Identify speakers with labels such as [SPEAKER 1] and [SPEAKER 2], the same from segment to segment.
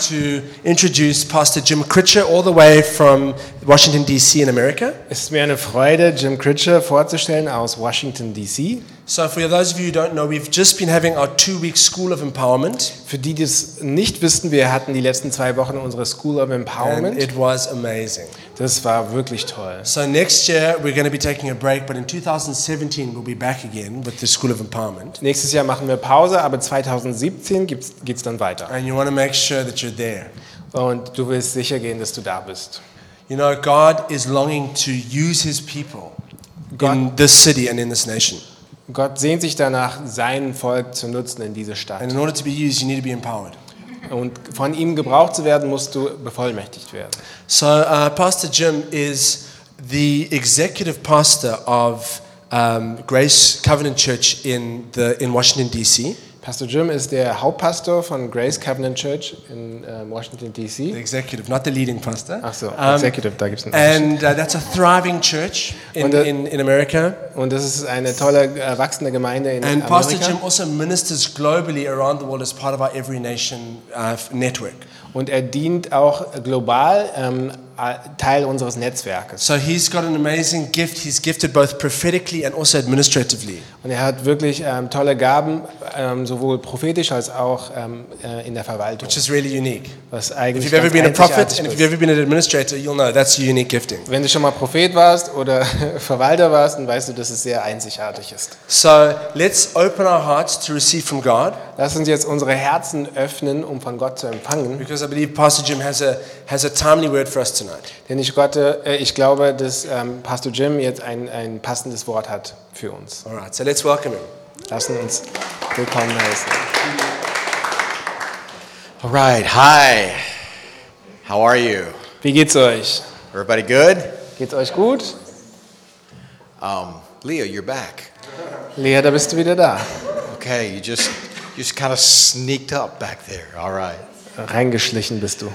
[SPEAKER 1] to introduce Pastor Jim Critcher, all the way from Washington, D.C., in America.
[SPEAKER 2] Es ist mir eine Freude, Jim Critcher vorzustellen aus Washington, D.C.
[SPEAKER 1] So, for those of you who don't know, we've just been having our two week School of Empowerment,
[SPEAKER 2] Für die, die es nicht wissen, wir hatten die letzten zwei Wochen unsere School of
[SPEAKER 1] and
[SPEAKER 2] Empowerment.
[SPEAKER 1] it was amazing.
[SPEAKER 2] Das war wirklich toll.
[SPEAKER 1] So, next year we're going to be taking a break, but in 2017 we'll be back again with the School of Empowerment.
[SPEAKER 2] Nächstes Jahr machen wir Pause, aber 2017 geht es dann weiter.
[SPEAKER 1] And you want to make sure that you're there.
[SPEAKER 2] Und du willst sicher gehen, dass du da bist.
[SPEAKER 1] You know, God is longing to use his people in
[SPEAKER 2] God-
[SPEAKER 1] this city and in this nation.
[SPEAKER 2] Gott sehnt sich danach, sein Volk zu nutzen in dieser
[SPEAKER 1] And
[SPEAKER 2] Stadt.
[SPEAKER 1] in order to be used, you need to be empowered.
[SPEAKER 2] Und von ihm gebraucht zu werden, musst du bevollmächtigt werden.
[SPEAKER 1] So, uh, Pastor Jim is the executive pastor of um, Grace Covenant Church in, the, in Washington, D.C.,
[SPEAKER 2] Pastor Jim ist der Hauptpastor von Grace Covenant Church in ähm, Washington,
[SPEAKER 1] the
[SPEAKER 2] D.C.
[SPEAKER 1] executive, not the leading pastor.
[SPEAKER 2] Ach Ah, so,
[SPEAKER 1] Um,
[SPEAKER 2] Executive, da gibt es einen
[SPEAKER 1] And uh, that's a thriving church in,
[SPEAKER 2] Und, äh,
[SPEAKER 1] in, in America.
[SPEAKER 2] Und das ist eine tolle, erwachsene Gemeinde in
[SPEAKER 1] And Pastor Jim
[SPEAKER 2] Amerika.
[SPEAKER 1] also ministers globally around the world as part of our Every Nation uh, f- network.
[SPEAKER 2] Und er dient auch global ähm, Teil unseres Netzwerkes.
[SPEAKER 1] So he's got an amazing gift. He's gifted both prophetically and also administratively.
[SPEAKER 2] Und er hat wirklich ähm, tolle Gaben, ähm, sowohl prophetisch als auch ähm, äh, in der Verwaltung.
[SPEAKER 1] Which is really unique.
[SPEAKER 2] Was
[SPEAKER 1] If
[SPEAKER 2] eigentlich
[SPEAKER 1] you've ever
[SPEAKER 2] ganz
[SPEAKER 1] been a prophet
[SPEAKER 2] einzigartig
[SPEAKER 1] and if
[SPEAKER 2] ist.
[SPEAKER 1] you've ever been an administrator, you'll know that's a unique gifting.
[SPEAKER 2] Wenn du schon mal Prophet warst oder Verwalter warst, dann weißt du, dass es sehr einzigartig ist.
[SPEAKER 1] So let's open our hearts to receive from God
[SPEAKER 2] Lass uns jetzt unsere Herzen öffnen, um von Gott zu empfangen.
[SPEAKER 1] because I believe Pastor Jim has a, has a timely word for us tonight.
[SPEAKER 2] Denn ich, Gott, äh, ich glaube, dass ähm, Pastor Jim jetzt ein, ein passendes Wort hat für uns.
[SPEAKER 1] All right, so let's welcome him.
[SPEAKER 2] Lassen uns willkommen heißen.
[SPEAKER 3] All right, hi. How are you?
[SPEAKER 2] Wie geht's euch?
[SPEAKER 3] Everybody good?
[SPEAKER 2] Geht's euch gut?
[SPEAKER 3] Um, Leo, you're back.
[SPEAKER 2] Lea, da bist du wieder da.
[SPEAKER 3] Okay, you just you just kind of sneaked up back there. All right.
[SPEAKER 2] Reingeschlichen bist du.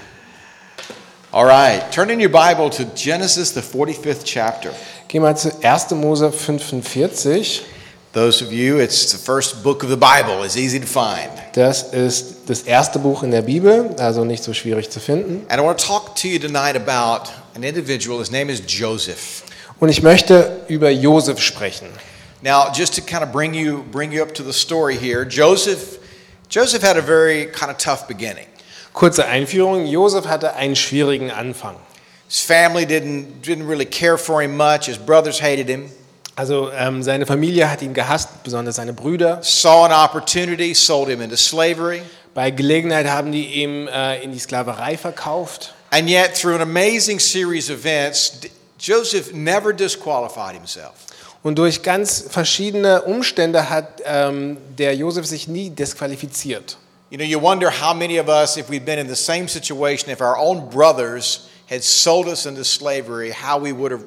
[SPEAKER 3] All right. Turn in your Bible to Genesis the 45th chapter.
[SPEAKER 2] Geh mal zu 1. Mose 45.
[SPEAKER 3] Those of you, it's the first book of the Bible. It's easy to find.
[SPEAKER 2] Das ist das erste Buch in der Bibel, also nicht so schwierig zu finden.
[SPEAKER 3] And I want to talk to you tonight about an individual. His name is Joseph.
[SPEAKER 2] Und ich möchte über Josef sprechen.
[SPEAKER 3] Now, just to kind of bring you bring you up to the story here, Joseph Joseph had a very kind of tough beginning.
[SPEAKER 2] Kurze Einführung. Josef hatte einen schwierigen Anfang.
[SPEAKER 3] His family didn't, didn't really care for him much. His brothers hated him.
[SPEAKER 2] Also ähm, seine Familie hat ihn gehasst, besonders seine Brüder.
[SPEAKER 3] Saw an opportunity, sold him into slavery.
[SPEAKER 2] Bei Gelegenheit haben die ihm äh, in die Sklaverei verkauft.
[SPEAKER 3] And yet, through an amazing series of events, D- Joseph never disqualified himself.
[SPEAKER 2] Und durch ganz verschiedene Umstände hat ähm, der Josef sich nie disqualifiziert.
[SPEAKER 3] You know, you wonder how many of us, if we'd been in the same situation, if our own brothers had sold us into slavery, how we would have,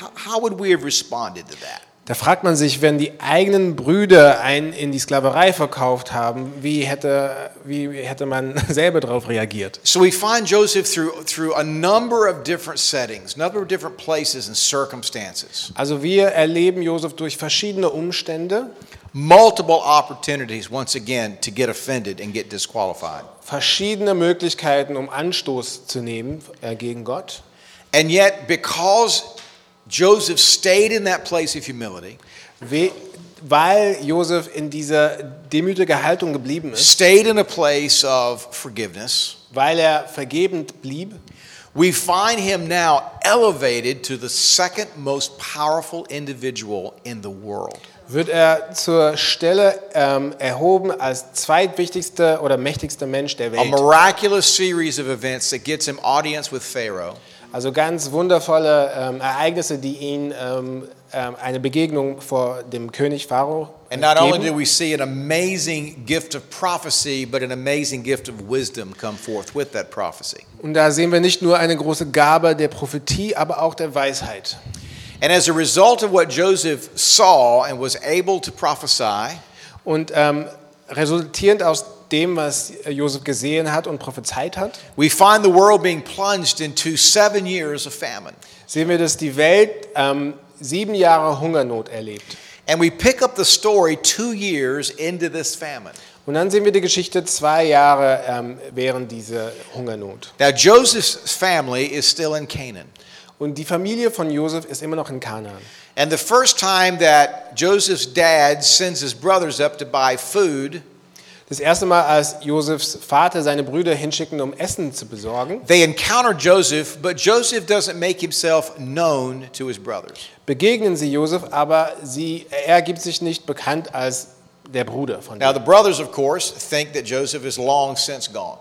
[SPEAKER 3] how, how would we have responded to that?
[SPEAKER 2] Da fragt man sich, wenn die eigenen Brüder einen in die Sklaverei verkauft haben, wie hätte, wie hätte man selber darauf reagiert?
[SPEAKER 3] So we find Joseph through through a number of different settings, number of different places and circumstances.
[SPEAKER 2] Also wir erleben Josef durch verschiedene Umstände,
[SPEAKER 3] multiple opportunities once again to get offended and get disqualified.
[SPEAKER 2] verschiedene Möglichkeiten, um Anstoß zu nehmen äh, gegen Gott.
[SPEAKER 3] And yet, because Joseph stayed in that place of humility,
[SPEAKER 2] We weil Josef in dieser demütigen Haltung geblieben ist,
[SPEAKER 3] stayed in a place of forgiveness,
[SPEAKER 2] weil er vergebend blieb,
[SPEAKER 3] we find him now elevated to the second most powerful individual in the world.
[SPEAKER 2] wird er zur Stelle ähm, erhoben als zweitwichtigster oder mächtigster Mensch der
[SPEAKER 3] A
[SPEAKER 2] Welt.
[SPEAKER 3] miraculous series of events that gets him audience with Pharaoh,
[SPEAKER 2] Also ganz wundervolle ähm, Ereignisse, die ihn ähm, ähm, eine Begegnung vor dem König Pharao
[SPEAKER 3] and not only do
[SPEAKER 2] geben.
[SPEAKER 3] we see an amazing gift of prophecy, but an amazing gift of wisdom come forth with that prophecy.
[SPEAKER 2] Und da sehen wir nicht nur eine große Gabe der Prophetie, aber auch der Weisheit.
[SPEAKER 3] And as a result of what Joseph saw and was able to prophesy,
[SPEAKER 2] Und ähm, resultierend aus dem, was Josef gesehen hat und prophezeit hat,
[SPEAKER 3] we find the world being plunged into seven years of famine.
[SPEAKER 2] sehen wir, dass die Welt ähm, sieben Jahre Hungernot erlebt.
[SPEAKER 3] And we pick up the story two years into this famine.
[SPEAKER 2] Und dann sehen wir die Geschichte, zwei Jahre ähm, während dieser Hungernot.
[SPEAKER 3] Now, Joseph's family is still in Canaan.
[SPEAKER 2] Und die Familie von Josef ist immer noch in Kanaan.
[SPEAKER 3] And the first time that Joseph's dad sends his brothers up to buy food,
[SPEAKER 2] Das erste Mal, als Josefs Vater seine Brüder hinschicken, um Essen zu besorgen,
[SPEAKER 3] they encounter Joseph, but Joseph doesn't make himself known to his brothers.
[SPEAKER 2] begegnen sie Josef, aber sie, er gibt sich nicht bekannt als der Bruder von
[SPEAKER 3] Now,
[SPEAKER 2] ihm.
[SPEAKER 3] the brothers, of course, think that Joseph is long since gone.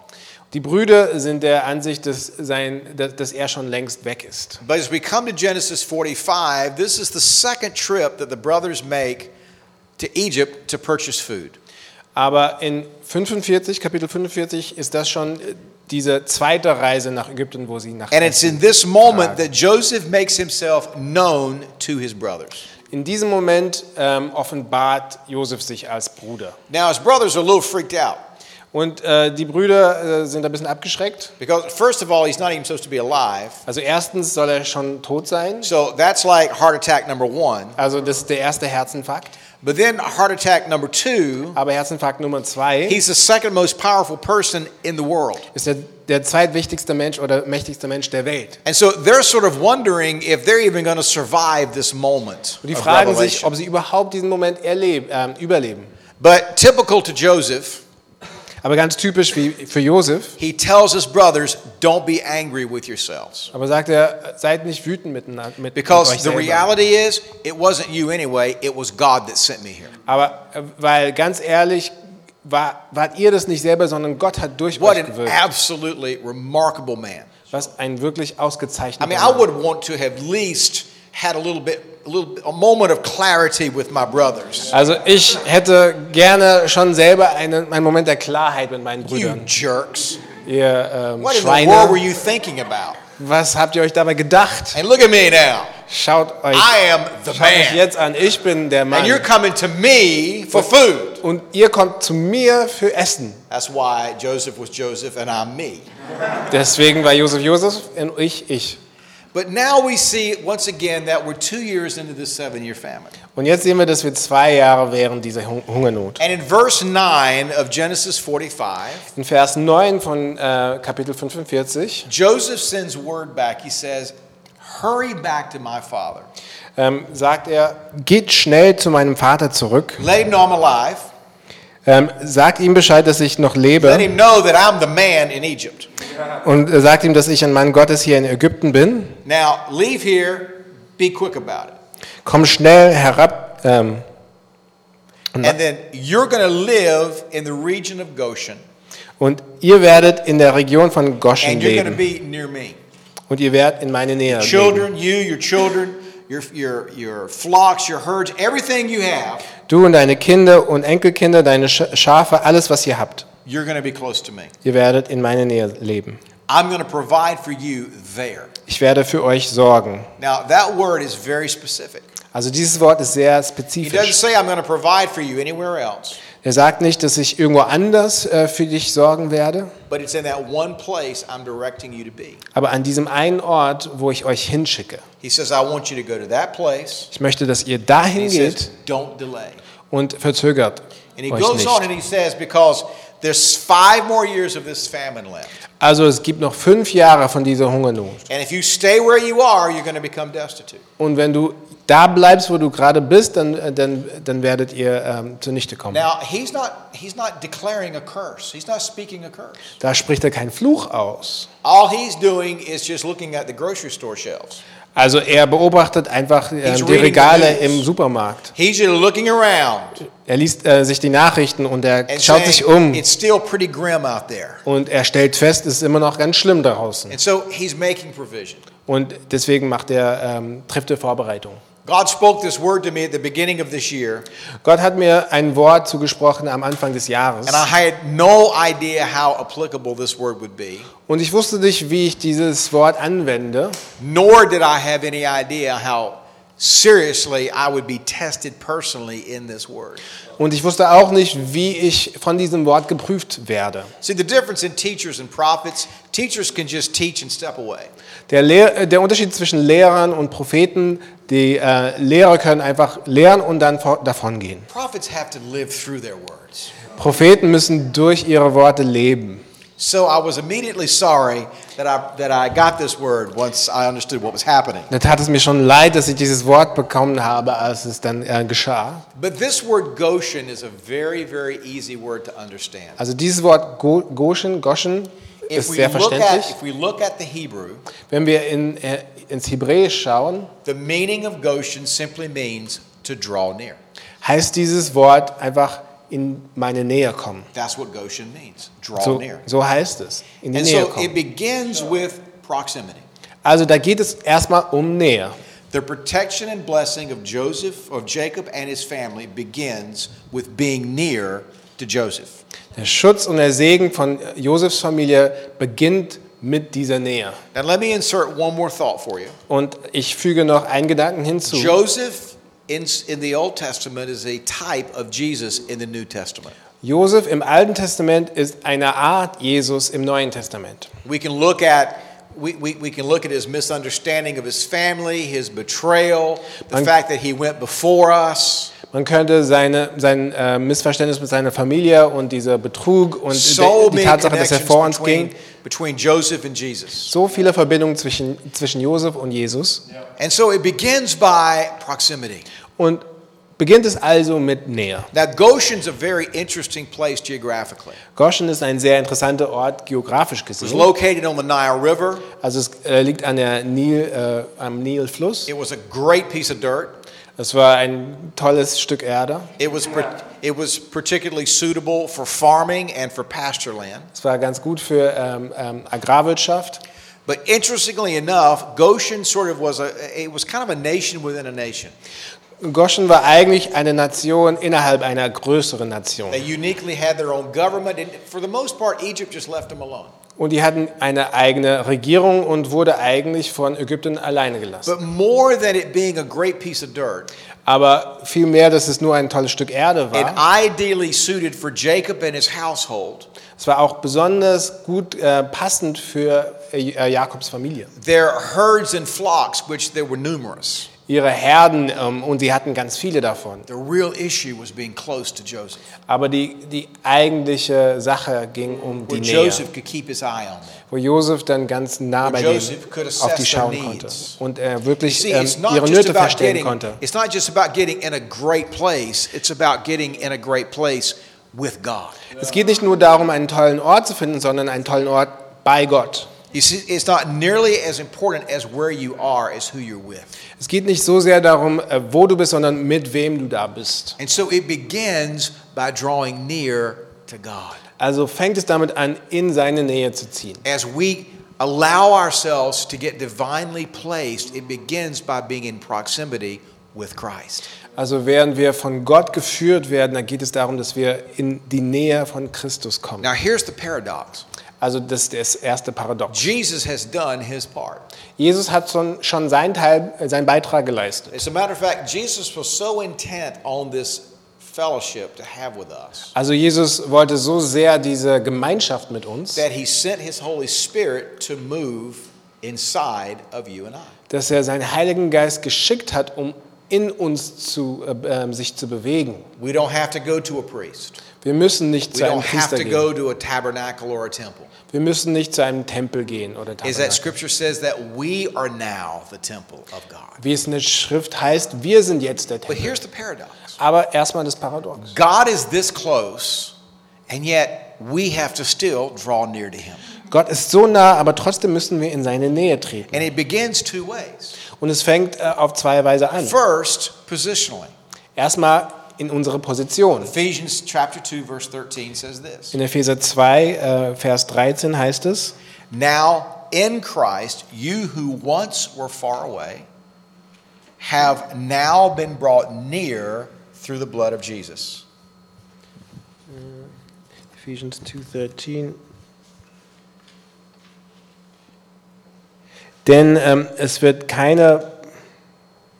[SPEAKER 2] Die Brüder sind der Ansicht, dass, sein, dass, dass er schon längst weg ist.
[SPEAKER 3] But as we come to Genesis 45, this is the second trip that the brothers make to Egypt to purchase food.
[SPEAKER 2] Aber in 45, Kapitel 45 ist das schon äh, diese zweite Reise nach Ägypten, wo sie nach
[SPEAKER 3] And it's in this moment that Joseph makes himself known to his brothers.
[SPEAKER 2] In diesem Moment ähm, offenbart Josef sich als Bruder.
[SPEAKER 3] Now, his brothers are a little freaked out
[SPEAKER 2] Und äh, die Brüder äh, sind ein bisschen abgeschreckt.
[SPEAKER 3] because, first of all, he's not even supposed to be alive.
[SPEAKER 2] Also erstens soll er schon tot sein.
[SPEAKER 3] So that's like heart attack number one.
[SPEAKER 2] Also das ist der erste Herzinfarkt.
[SPEAKER 3] But then, heart attack number two,
[SPEAKER 2] Aber Herzinfarkt Nummer zwei
[SPEAKER 3] he's the second most powerful person in the world.
[SPEAKER 2] ist der, der zweitwichtigste Mensch oder mächtigste Mensch der Welt.
[SPEAKER 3] And so they're sort of wondering if they're even going to survive this moment.
[SPEAKER 2] Und die
[SPEAKER 3] of
[SPEAKER 2] fragen sich,
[SPEAKER 3] revelation.
[SPEAKER 2] ob sie überhaupt diesen Moment erleb, ähm, überleben.
[SPEAKER 3] But typical to Joseph,
[SPEAKER 2] Aber ganz typisch wie für Josef.
[SPEAKER 3] he tells his brothers, don't be angry with yourselves.
[SPEAKER 2] Aber sagt er, seid nicht wütend miteinander. Mit, mit euch
[SPEAKER 3] Because the
[SPEAKER 2] selber.
[SPEAKER 3] reality is, it wasn't you anyway, it was God that sent me here.
[SPEAKER 2] Aber äh, weil ganz ehrlich, war, wart ihr das nicht selber, sondern Gott hat durch
[SPEAKER 3] What
[SPEAKER 2] euch
[SPEAKER 3] an
[SPEAKER 2] gewirkt.
[SPEAKER 3] absolutely remarkable man.
[SPEAKER 2] Was ein wirklich
[SPEAKER 3] I
[SPEAKER 2] ausgezeichneter
[SPEAKER 3] mean, I
[SPEAKER 2] Mann.
[SPEAKER 3] would want to have at least had a little bit, a little, a moment of clarity with my brothers.
[SPEAKER 2] Also ich hätte gerne schon selber einen, einen Moment der Klarheit mit meinen
[SPEAKER 3] You
[SPEAKER 2] Brüdern.
[SPEAKER 3] jerks.
[SPEAKER 2] Ihr ähm,
[SPEAKER 3] What in the world were
[SPEAKER 2] Schweine,
[SPEAKER 3] you thinking about?
[SPEAKER 2] was habt ihr euch dabei gedacht?
[SPEAKER 3] And look at me now.
[SPEAKER 2] Schaut euch,
[SPEAKER 3] I am the
[SPEAKER 2] schaut euch
[SPEAKER 3] man.
[SPEAKER 2] jetzt an, ich bin der
[SPEAKER 3] And you're
[SPEAKER 2] Mann.
[SPEAKER 3] coming to me for food.
[SPEAKER 2] Und ihr kommt zu mir für Essen.
[SPEAKER 3] That's why Joseph was Joseph and I'm me.
[SPEAKER 2] Deswegen war Josef Josef und ich ich.
[SPEAKER 3] But now we see once again that we're two years into this seven year famine.
[SPEAKER 2] Und jetzt sehen wir, dass wir zwei Jahre während dieser Hun- Hungernot.
[SPEAKER 3] And in verse 9 of Genesis 45,
[SPEAKER 2] In Vers 9 von äh, Kapitel 45
[SPEAKER 3] Joseph sends word back. He says, Hurry back to my father.
[SPEAKER 2] ähm, sagt er, geht schnell zu meinem Vater zurück,
[SPEAKER 3] Let him know I'm alive.
[SPEAKER 2] ähm, sagt ihm Bescheid, dass ich noch
[SPEAKER 3] Let
[SPEAKER 2] lebe
[SPEAKER 3] him know that I'm the man in Egypt.
[SPEAKER 2] und äh, sagt ihm, dass ich ein Mann Gottes hier in Ägypten bin.
[SPEAKER 3] Now, leave here. Be quick about it.
[SPEAKER 2] Komm schnell herab. Ähm,
[SPEAKER 3] And then you're going to live in the region of Goshen
[SPEAKER 2] und ihr werdet in der Region von Goshen
[SPEAKER 3] and you're going to
[SPEAKER 2] leben.
[SPEAKER 3] be near me.
[SPEAKER 2] Und ihr werdet in meine Nähe leben.
[SPEAKER 3] Children, you, your children, your, your, your flocks, your herds, everything you have,
[SPEAKER 2] Du und deine Kinder und Enkelkinder, deine Sch- Schafe, alles, was ihr habt.
[SPEAKER 3] you're going to be close to me.
[SPEAKER 2] Ihr werdet in meine Nähe leben.
[SPEAKER 3] I'm going to provide for you there.
[SPEAKER 2] Ich werde für euch sorgen.
[SPEAKER 3] Now, that word is very specific.
[SPEAKER 2] Also dieses Wort ist sehr
[SPEAKER 3] He doesn't
[SPEAKER 2] spezifisch.
[SPEAKER 3] say, I'm going to provide for you anywhere else,
[SPEAKER 2] Er sagt nicht, dass ich irgendwo anders äh, für dich sorgen werde,
[SPEAKER 3] but it's in that one place I'm directing you to be.
[SPEAKER 2] aber an diesem einen Ort, wo ich euch hinschicke.
[SPEAKER 3] He says, I want you to go to that place.
[SPEAKER 2] Ich möchte, dass ihr
[SPEAKER 3] And
[SPEAKER 2] dahin
[SPEAKER 3] he says,
[SPEAKER 2] geht
[SPEAKER 3] don't delay.
[SPEAKER 2] und verzögert
[SPEAKER 3] And he
[SPEAKER 2] euch
[SPEAKER 3] goes on
[SPEAKER 2] nicht.
[SPEAKER 3] and he says, because there's five more years of this famine left.
[SPEAKER 2] Also es gibt noch fünf Jahre von dieser Hungernot.
[SPEAKER 3] And if you stay where you are, you're going to become destitute.
[SPEAKER 2] Und wenn du da bleibst, wo du gerade bist, dann, äh, dann, dann werdet ihr ähm, zunichte kommen.
[SPEAKER 3] Now, he's not, he's not declaring a curse, he's not speaking a curse.
[SPEAKER 2] Da spricht er keinen Fluch aus.
[SPEAKER 3] All he's doing is just looking at the grocery store shelves.
[SPEAKER 2] Also er beobachtet einfach ähm,
[SPEAKER 3] He's
[SPEAKER 2] die
[SPEAKER 3] reading the
[SPEAKER 2] Regale
[SPEAKER 3] news.
[SPEAKER 2] im Supermarkt.
[SPEAKER 3] He's just looking around
[SPEAKER 2] Er liest äh, sich die Nachrichten und er
[SPEAKER 3] and
[SPEAKER 2] schaut
[SPEAKER 3] saying,
[SPEAKER 2] sich um.
[SPEAKER 3] it's still pretty grim out there.
[SPEAKER 2] Und er stellt fest, es ist immer noch ganz schlimm da draußen.
[SPEAKER 3] And so he's making provision.
[SPEAKER 2] Und deswegen macht er, ähm, trifft er Vorbereitungen.
[SPEAKER 3] God spoke this word to me at the beginning of this year,
[SPEAKER 2] Gott hat mir ein Wort zugesprochen am Anfang des Jahres.
[SPEAKER 3] and I had no idea how applicable this word would be,
[SPEAKER 2] Und ich wusste nicht, wie ich dieses Wort anwende.
[SPEAKER 3] nor did I have any idea how seriously I would be tested personally in this word.
[SPEAKER 2] Und ich wusste auch nicht, wie ich von diesem Wort geprüft werde.
[SPEAKER 3] See, the difference in teachers and prophets, teachers can just teach and step away.
[SPEAKER 2] Der, Lehr äh, der Unterschied zwischen Lehrern und Propheten, die äh, Lehrer können einfach lehren und dann vor- davongehen.
[SPEAKER 3] Prophets have to live through their words.
[SPEAKER 2] Propheten müssen durch ihre Worte leben.
[SPEAKER 3] So I was immediately sorry that I, that I got this word once I understood what was happening.
[SPEAKER 2] Da tat es mir schon leid, dass ich dieses Wort bekommen habe, als es dann äh, geschah.
[SPEAKER 3] But this word Goshen is a very, very easy word to understand.
[SPEAKER 2] Also dieses Wort Go Goshen, Goshen
[SPEAKER 3] If
[SPEAKER 2] ist
[SPEAKER 3] we,
[SPEAKER 2] sehr
[SPEAKER 3] look at,
[SPEAKER 2] verständlich.
[SPEAKER 3] if we look at the Hebrew,
[SPEAKER 2] Wenn wir in, äh, ins Hebräisch schauen,
[SPEAKER 3] the meaning of Goshen simply means to draw near.
[SPEAKER 2] heißt dieses Wort einfach in meine Nähe kommen.
[SPEAKER 3] That's what Goshen means draw
[SPEAKER 2] So,
[SPEAKER 3] near.
[SPEAKER 2] so heißt es, in die
[SPEAKER 3] And
[SPEAKER 2] Nähe
[SPEAKER 3] so it
[SPEAKER 2] kommen.
[SPEAKER 3] begins with proximity.
[SPEAKER 2] Also da geht es erstmal um Nähe.
[SPEAKER 3] The protection and blessing of Joseph, of Jacob and his family begins with being near to Joseph.
[SPEAKER 2] Der Schutz und der Segen von Josefs Familie beginnt mit dieser Nähe.
[SPEAKER 3] Now let me insert one more thought for you.
[SPEAKER 2] Und ich füge noch einen Gedanken hinzu.
[SPEAKER 3] Joseph in, in the Old Testament is a type of Jesus in the New Testament.
[SPEAKER 2] Josef im Alten Testament ist eine Art Jesus im Neuen Testament.
[SPEAKER 3] We can look at we, we, we can look at his misunderstanding of his family, his betrayal, the
[SPEAKER 2] Man-
[SPEAKER 3] fact that he went before us.
[SPEAKER 2] Man könnte seine, sein äh, Missverständnis mit seiner Familie und dieser Betrug und
[SPEAKER 3] So
[SPEAKER 2] die, die
[SPEAKER 3] many
[SPEAKER 2] Tatsache, dass er
[SPEAKER 3] connections
[SPEAKER 2] vor uns
[SPEAKER 3] between,
[SPEAKER 2] ging,
[SPEAKER 3] between Joseph and Jesus.
[SPEAKER 2] so viele Verbindungen zwischen, zwischen Josef und Jesus.
[SPEAKER 3] And so it begins by proximity.
[SPEAKER 2] Und beginnt es also mit Nähe.
[SPEAKER 3] Now, Goshen's a very interesting place geographically.
[SPEAKER 2] Goshen ist ein sehr interessanter Ort geografisch
[SPEAKER 3] It's
[SPEAKER 2] gesehen.
[SPEAKER 3] located on the Nile River.
[SPEAKER 2] Also es äh, liegt an der Nil, äh, am Nilfluss.
[SPEAKER 3] It was a great piece of dirt.
[SPEAKER 2] Es war ein tolles Stück Erde.
[SPEAKER 3] It was, par- it was particularly suitable for farming and for pasture land.
[SPEAKER 2] Es war ganz gut für ähm, ähm, Agrarwirtschaft.
[SPEAKER 3] But interestingly enough, Goshen sort of was a, it was kind of a nation within a nation.
[SPEAKER 2] Goshen war eigentlich eine Nation innerhalb einer größeren Nation.
[SPEAKER 3] They uniquely had their own government, and for the most part, Egypt just left them alone.
[SPEAKER 2] Und die hatten eine eigene Regierung und wurde eigentlich von Ägypten alleine gelassen.
[SPEAKER 3] But more than it being a great piece of dirt,
[SPEAKER 2] Aber vielmehr, dass es nur ein tolles Stück Erde
[SPEAKER 3] and
[SPEAKER 2] war.
[SPEAKER 3] ideally suited for Jacob and his household,
[SPEAKER 2] Es war auch besonders gut äh, passend für äh, Jakobs Familie.
[SPEAKER 3] their herds and flocks, which there were numerous.
[SPEAKER 2] Ihre Herden ähm, und sie hatten ganz viele davon.
[SPEAKER 3] The real issue was being close to Joseph,
[SPEAKER 2] Aber die, die eigentliche Sache ging um
[SPEAKER 3] where
[SPEAKER 2] die Nähe,
[SPEAKER 3] Joseph could keep his eye on them.
[SPEAKER 2] wo Josef dann ganz nah bei denen
[SPEAKER 3] Joseph could assess
[SPEAKER 2] auf die
[SPEAKER 3] their
[SPEAKER 2] schauen konnte
[SPEAKER 3] needs.
[SPEAKER 2] und er
[SPEAKER 3] You
[SPEAKER 2] wirklich
[SPEAKER 3] see,
[SPEAKER 2] ähm,
[SPEAKER 3] it's not
[SPEAKER 2] ihre
[SPEAKER 3] just
[SPEAKER 2] Nöte
[SPEAKER 3] about
[SPEAKER 2] verstehen
[SPEAKER 3] getting.
[SPEAKER 2] konnte.
[SPEAKER 3] It's not just about getting in a great place. It's about getting in a great place with God.
[SPEAKER 2] Es geht nicht nur darum, einen tollen Ort zu finden, sondern einen tollen Ort bei Gott.
[SPEAKER 3] You see, it's not nearly as important as where you are as who you're with.
[SPEAKER 2] Es geht nicht so sehr darum, äh, wo du bist, sondern mit wem du da bist.
[SPEAKER 3] And so it begins by drawing near to God
[SPEAKER 2] Also fängt es damit an, in seine Nähe zu ziehen.
[SPEAKER 3] as we allow ourselves to get divinely placed. It begins by being in proximity with Christ.
[SPEAKER 2] Also während wir von Gott geführt werden, dann geht es darum, dass wir in die Nähe von Christus kommen.
[SPEAKER 3] Now here's the paradox:
[SPEAKER 2] Also das ist das erste Paradox.
[SPEAKER 3] Jesus has done his part.
[SPEAKER 2] Jesus hat schon, schon seinen Teil, äh, seinen Beitrag geleistet.
[SPEAKER 3] As a matter of fact, Jesus was so intent on this fellowship to have with us
[SPEAKER 2] Also Jesus wollte so sehr diese Gemeinschaft mit uns,
[SPEAKER 3] that he sent his Holy Spirit to move inside of you and I.
[SPEAKER 2] dass er seinen Heiligen Geist geschickt hat, um in uns zu, äh, äh, sich zu bewegen.
[SPEAKER 3] We don't have to go to a priest.
[SPEAKER 2] Wir müssen nicht
[SPEAKER 3] We
[SPEAKER 2] zu einem
[SPEAKER 3] don't have
[SPEAKER 2] Priester
[SPEAKER 3] to
[SPEAKER 2] gehen.
[SPEAKER 3] go to a tabernacle or a temple.
[SPEAKER 2] Wir müssen nicht zu einem Tempel gehen oder
[SPEAKER 3] Is that
[SPEAKER 2] Tabernakel.
[SPEAKER 3] scripture says that we are now the temple of God.
[SPEAKER 2] Wie es in der Schrift heißt, wir sind jetzt der
[SPEAKER 3] But
[SPEAKER 2] Tempel.
[SPEAKER 3] here's the paradox.
[SPEAKER 2] Aber erstmal das Paradox.
[SPEAKER 3] God is this close, and yet we have to still draw near to him.
[SPEAKER 2] Gott ist so nah, aber trotzdem müssen wir in seine Nähe treten.
[SPEAKER 3] And it begins two ways.
[SPEAKER 2] Und es fängt äh, auf zwei Weise an.
[SPEAKER 3] First, positionally.
[SPEAKER 2] Erstmal in unsere Position.
[SPEAKER 3] Ephesians chapter 2 verse 13 says this.
[SPEAKER 2] In Epheser 2, äh, Vers 13 heißt es,
[SPEAKER 3] Now in Christ you who once were far away have now been brought near through the blood of Jesus.
[SPEAKER 2] Ephesians 2,13. Denn ähm, es wird keine.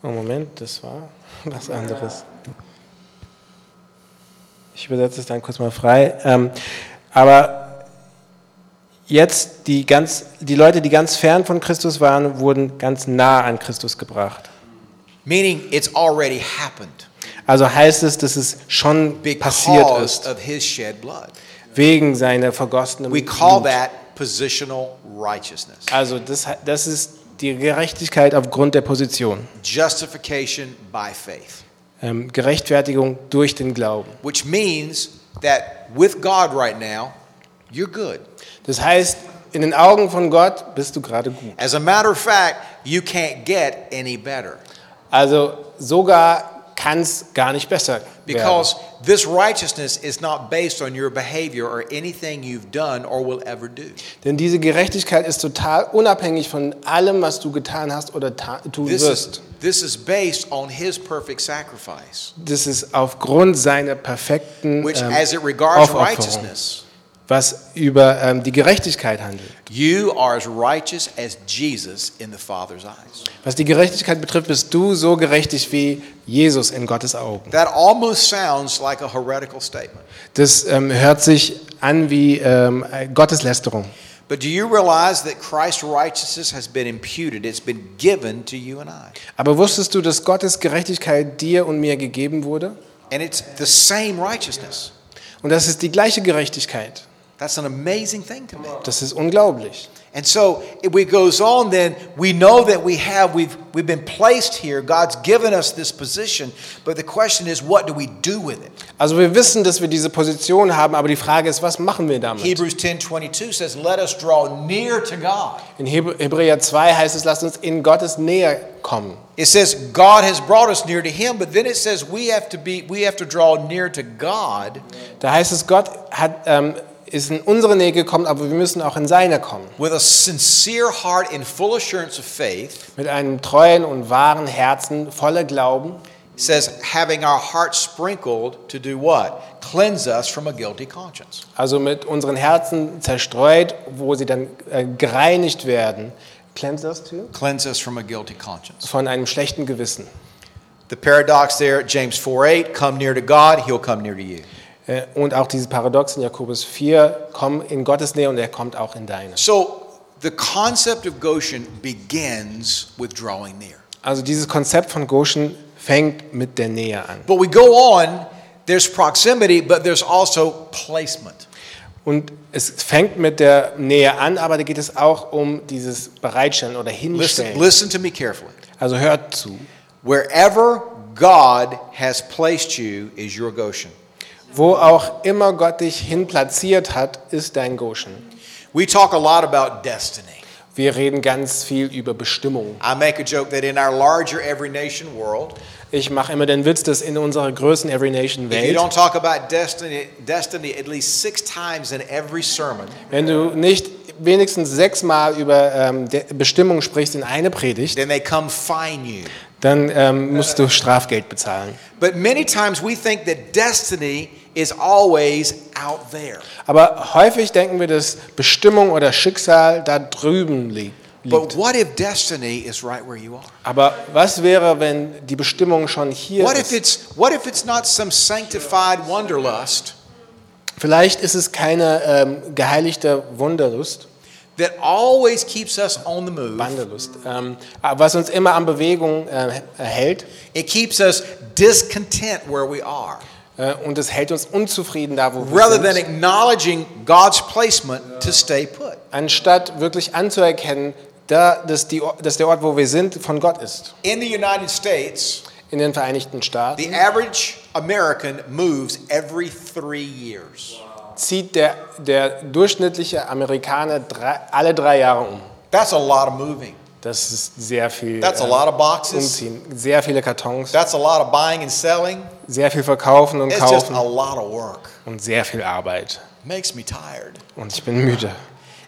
[SPEAKER 2] Oh, Moment, das war was anderes. Ich übersetze es dann kurz mal frei. Ähm, aber jetzt die, ganz, die Leute, die ganz fern von Christus waren, wurden ganz nah an Christus gebracht.
[SPEAKER 3] Meaning it's already happened.
[SPEAKER 2] Also heißt es, dass es schon passiert
[SPEAKER 3] because
[SPEAKER 2] ist,
[SPEAKER 3] of his shed blood.
[SPEAKER 2] wegen seiner vergossenen
[SPEAKER 3] We call
[SPEAKER 2] Blut.
[SPEAKER 3] that positional righteousness.
[SPEAKER 2] Also das, das ist die Gerechtigkeit aufgrund der Position.
[SPEAKER 3] Justification by faith,
[SPEAKER 2] Ähm, Gerechtfertigung durch den Glauben.
[SPEAKER 3] which means that with God right now, you're good.
[SPEAKER 2] Das heißt, in den Augen von Gott bist du gerade gut.
[SPEAKER 3] As a matter of fact, you can't get any better
[SPEAKER 2] Also sogar kann es gar nicht besser werden.
[SPEAKER 3] because this righteousness is not based on your behavior or anything you've done or will ever do.
[SPEAKER 2] Denn diese Gerechtigkeit ist total unabhängig von allem, was du getan hast oder ta- tun
[SPEAKER 3] This
[SPEAKER 2] wirst.
[SPEAKER 3] is, this is based on his perfect sacrifice,
[SPEAKER 2] Das ist aufgrund seiner perfekten
[SPEAKER 3] which,
[SPEAKER 2] ähm,
[SPEAKER 3] as it regards
[SPEAKER 2] Aufopferung,
[SPEAKER 3] righteousness,
[SPEAKER 2] was über ähm, die Gerechtigkeit handelt.
[SPEAKER 3] you are as righteous as Jesus in the Father's eyes.
[SPEAKER 2] Was die Gerechtigkeit betrifft, bist du so gerechtig wie Jesus in Gottes Augen.
[SPEAKER 3] That almost sounds like a heretical statement.
[SPEAKER 2] Das ähm, hört sich an wie ähm, Gotteslästerung.
[SPEAKER 3] But do you realize that Christ's righteousness has been imputed? It's been given to you and I.
[SPEAKER 2] Aber wusstest du, dass Gottes Gerechtigkeit dir und mir gegeben wurde?
[SPEAKER 3] And it's the same righteousness.
[SPEAKER 2] Und das ist die gleiche Gerechtigkeit.
[SPEAKER 3] That's an amazing thing to me.
[SPEAKER 2] Das ist unglaublich.
[SPEAKER 3] And so it we goes on then, we know that we have, we've, we've been placed here. God's given us this position. But the question is, what do we do with it?
[SPEAKER 2] Also wir wissen, dass wir diese Position haben, aber die Frage ist, was machen wir damit?
[SPEAKER 3] Hebrews 10 22 says, Let us draw near to God.
[SPEAKER 2] In Hebr- Hebräer 2 heißt es, lasst uns in Gottes Nähe kommen.
[SPEAKER 3] It says, God has brought us near to Him, but then it says we have to be, we have to draw near to God
[SPEAKER 2] Da heißt es, Gott hat, ähm, ist in unsere Nähe gekommen, aber wir müssen auch in seine kommen.
[SPEAKER 3] with a sincere heart in full assurance of faith.
[SPEAKER 2] Mit einem treuen und wahren Herzen, voller Glauben,
[SPEAKER 3] It says, having our hearts sprinkled to do what? Cleanse us from a guilty conscience.
[SPEAKER 2] also mit unseren Herzen zerstreut, wo sie dann äh, gereinigt werden. Cleanse us too?
[SPEAKER 3] Cleanse us from a guilty conscience.
[SPEAKER 2] Von einem schlechten Gewissen.
[SPEAKER 3] The paradox there, James 4 8, come near to God, He'll come near to you.
[SPEAKER 2] Äh, Und auch dieses Paradox in Jakobus 4, komm in Gottes Nähe und er kommt auch in deine.
[SPEAKER 3] So the concept of Goshen begins with drawing near.
[SPEAKER 2] Also dieses Konzept von Goshen fängt mit der Nähe an.
[SPEAKER 3] But we go on, there's proximity, but there's also placement.
[SPEAKER 2] Und es fängt mit der Nähe an, aber da geht es auch um dieses Bereitstellen oder
[SPEAKER 3] Listen,
[SPEAKER 2] Hinstellen.
[SPEAKER 3] listen to me carefully.
[SPEAKER 2] Also hört zu.
[SPEAKER 3] Wherever God has placed you is your Goshen.
[SPEAKER 2] Wo auch immer Gott dich hin platziert hat, ist dein Goshen.
[SPEAKER 3] We talk a lot about destiny.
[SPEAKER 2] Wir reden ganz viel über Bestimmung.
[SPEAKER 3] I make a joke that in our larger every nation world,
[SPEAKER 2] Ich mache immer den Witz, dass in unserer größten Every Nation
[SPEAKER 3] if you
[SPEAKER 2] Welt,
[SPEAKER 3] don't talk about destiny, destiny at least six times in every sermon,
[SPEAKER 2] wenn du nicht wenigstens sechsmal über ähm, De- Bestimmung sprichst in eine Predigt,
[SPEAKER 3] then they come fine you.
[SPEAKER 2] dann ähm, musst du Strafgeld bezahlen.
[SPEAKER 3] But many times we think that destiny is always out there.
[SPEAKER 2] Aber häufig denken wir, dass Bestimmung oder Schicksal da drüben li-
[SPEAKER 3] But
[SPEAKER 2] liegt.
[SPEAKER 3] what if destiny is right where you are?
[SPEAKER 2] Aber was wäre, wenn die Bestimmung schon hier
[SPEAKER 3] What if
[SPEAKER 2] ist?
[SPEAKER 3] it's what if it's not some sanctified wanderlust?
[SPEAKER 2] Vielleicht ist es keine ähm, geheiligte Wunderlust,
[SPEAKER 3] that always keeps us on the move.
[SPEAKER 2] Wanderlust, ähm, was uns immer an Bewegung äh, hält
[SPEAKER 3] It keeps us discontent where we are.
[SPEAKER 2] äh, und es hält uns unzufrieden da, wo wir
[SPEAKER 3] Rather than
[SPEAKER 2] sind,
[SPEAKER 3] acknowledging God's placement to stay put.
[SPEAKER 2] anstatt wirklich anzuerkennen, da, dass, die, Or- dass der Ort, wo wir sind, von Gott ist.
[SPEAKER 3] In the United States,
[SPEAKER 2] In den Vereinigten
[SPEAKER 3] the
[SPEAKER 2] Staaten
[SPEAKER 3] average American moves every three years.
[SPEAKER 2] zieht der, der durchschnittliche Amerikaner drei, alle drei Jahre um.
[SPEAKER 3] That's a lot of moving.
[SPEAKER 2] Das ist sehr viel
[SPEAKER 3] That's a
[SPEAKER 2] ähm,
[SPEAKER 3] lot of boxes.
[SPEAKER 2] Umziehen, sehr viele Kartons,
[SPEAKER 3] That's a lot of buying and selling.
[SPEAKER 2] sehr viel Verkaufen und
[SPEAKER 3] It's just
[SPEAKER 2] Kaufen
[SPEAKER 3] a lot of work.
[SPEAKER 2] und sehr viel Arbeit.
[SPEAKER 3] Makes me tired.
[SPEAKER 2] Und ich bin müde.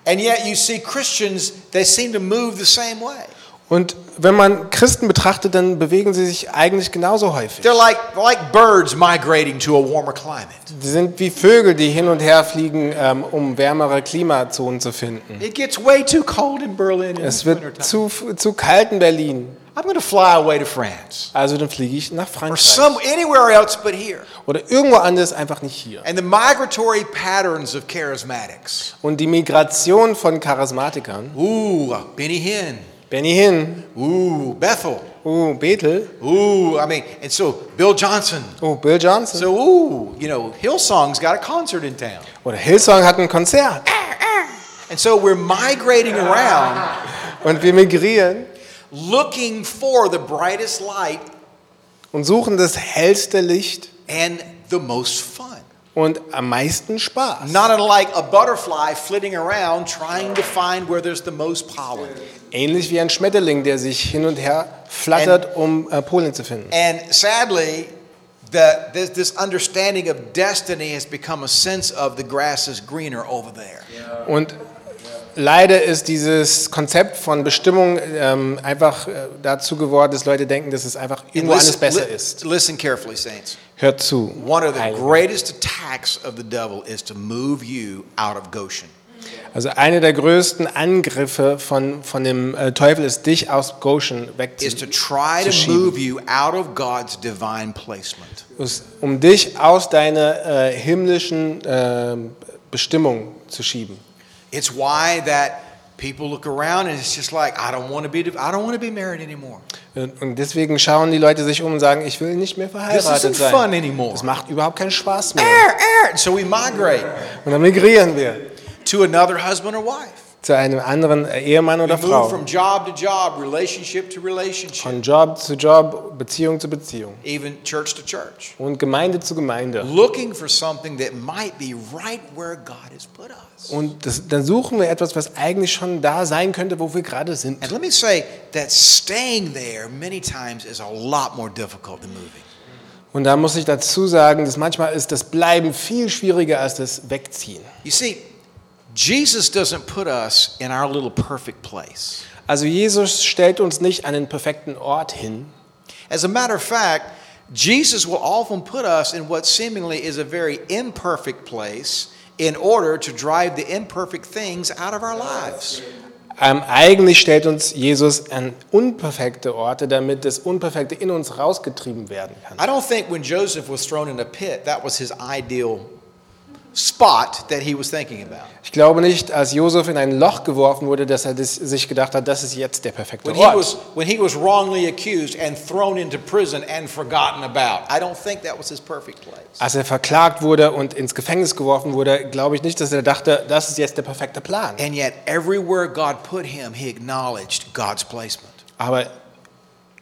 [SPEAKER 3] And yet you see Christians, they seem to move the same way.
[SPEAKER 2] Und wenn man Christen betrachtet, dann bewegen sie sich eigentlich genauso häufig.
[SPEAKER 3] They're like, like birds migrating to a warmer climate.
[SPEAKER 2] Sie sind wie Vögel, die hin und her fliegen, ähm, um wärmere Klimazonen zu finden.
[SPEAKER 3] It gets way too cold in Berlin in
[SPEAKER 2] Es
[SPEAKER 3] the winter
[SPEAKER 2] wird
[SPEAKER 3] time.
[SPEAKER 2] zu, zu kalt in Berlin,
[SPEAKER 3] I'm going to fly away to France
[SPEAKER 2] also dann fliege ich nach
[SPEAKER 3] or some
[SPEAKER 2] Frankreich.
[SPEAKER 3] anywhere else but here.
[SPEAKER 2] Oder irgendwo anders, einfach nicht hier.
[SPEAKER 3] And the migratory patterns of charismatics.
[SPEAKER 2] Und die Migration von Charismatikern,
[SPEAKER 3] Ooh, Benny Hinn.
[SPEAKER 2] Benny Hinn,
[SPEAKER 3] Ooh, Bethel.
[SPEAKER 2] oh, Bethel,
[SPEAKER 3] Ooh, I mean, and so Bill Johnson.
[SPEAKER 2] oh, Bill Johnson.
[SPEAKER 3] So, ooh, you know, Hillsong's got a concert in town.
[SPEAKER 2] Oder Hillsong hat ein Konzert.
[SPEAKER 3] And so we're migrating around
[SPEAKER 2] Und wir migrieren
[SPEAKER 3] looking for the brightest light
[SPEAKER 2] und suchen das hellste Licht
[SPEAKER 3] and the most fun.
[SPEAKER 2] und am meisten Spaß.
[SPEAKER 3] Not unlike a butterfly flitting around trying to find where there's the most pollen.
[SPEAKER 2] Ähnlich wie ein Schmetterling, der sich hin und her flattert, um äh, Polen zu finden.
[SPEAKER 3] And sadly, the, this, this understanding of destiny has become a sense of the grass is greener over there.
[SPEAKER 2] Und leider ist dieses Konzept von Bestimmung ähm, einfach äh, dazu geworden, dass Leute denken, dass es einfach
[SPEAKER 3] And
[SPEAKER 2] irgendwo alles besser
[SPEAKER 3] li-
[SPEAKER 2] ist.
[SPEAKER 3] listen carefully, saints.
[SPEAKER 2] Hört zu.
[SPEAKER 3] One of the
[SPEAKER 2] Heiligen.
[SPEAKER 3] greatest attacks of the devil is to move you out of Goshen.
[SPEAKER 2] Also einer der größten Angriffe von, von dem äh, Teufel ist, dich aus Goshen
[SPEAKER 3] is to
[SPEAKER 2] wegzuziehen.
[SPEAKER 3] try
[SPEAKER 2] to
[SPEAKER 3] to
[SPEAKER 2] shield.
[SPEAKER 3] move you out of God's divine placement.
[SPEAKER 2] Um dich aus deiner äh, himmlischen äh, Bestimmung zu schieben.
[SPEAKER 3] It's why that people look around and it's just like I don't want to be I don't want to be married anymore.
[SPEAKER 2] Und und deswegen schauen die Leute sich um und sagen, ich will nicht mehr verheiratet
[SPEAKER 3] This isn't fun
[SPEAKER 2] sein.
[SPEAKER 3] anymore.
[SPEAKER 2] Das macht überhaupt keinen Spaß mehr.
[SPEAKER 3] Err, err. And So we migrate
[SPEAKER 2] Und dann migrieren wir
[SPEAKER 3] to another husband or wife.
[SPEAKER 2] zu einem anderen äh, Ehemann
[SPEAKER 3] We
[SPEAKER 2] oder
[SPEAKER 3] move
[SPEAKER 2] Frau.
[SPEAKER 3] from job to job, relationship to relationship,
[SPEAKER 2] Von Job zu Job, Beziehung zu Beziehung
[SPEAKER 3] even church to church,
[SPEAKER 2] und Gemeinde zu Gemeinde.
[SPEAKER 3] looking for something that might be right where God has put us.
[SPEAKER 2] Und das, dann suchen wir etwas, was eigentlich schon da sein könnte, wo wir gerade sind.
[SPEAKER 3] And let me say that staying there many times is a lot more difficult than moving.
[SPEAKER 2] Und da muss ich dazu sagen, dass manchmal ist das Bleiben viel schwieriger als das Wegziehen.
[SPEAKER 3] You see, Jesus doesn't put us in our little perfect place.
[SPEAKER 2] Also Jesus stellt uns nicht an den perfekten Ort hin.
[SPEAKER 3] As a matter of fact, Jesus will often put us in what seemingly is a very imperfect place in order to drive the imperfect things out of our lives.
[SPEAKER 2] Ähm, eigentlich stellt uns Jesus an unperfekte Orte, damit das Unperfekte in uns rausgetrieben werden kann.
[SPEAKER 3] I don't think when Joseph was thrown in a pit, that was his ideal spot that he was thinking about.
[SPEAKER 2] Ich glaube nicht, als Josef in ein Loch geworfen wurde, dass er das, sich gedacht hat, das ist jetzt der perfekte
[SPEAKER 3] When he, was,
[SPEAKER 2] Ort.
[SPEAKER 3] when he was wrongly accused and thrown into prison and forgotten about, I don't think that was his perfect place.
[SPEAKER 2] Als er verklagt wurde und ins Gefängnis geworfen wurde, glaube ich nicht, dass er dachte, das ist jetzt der perfekte Plan.
[SPEAKER 3] And yet, everywhere God put him, he acknowledged God's placement.
[SPEAKER 2] Aber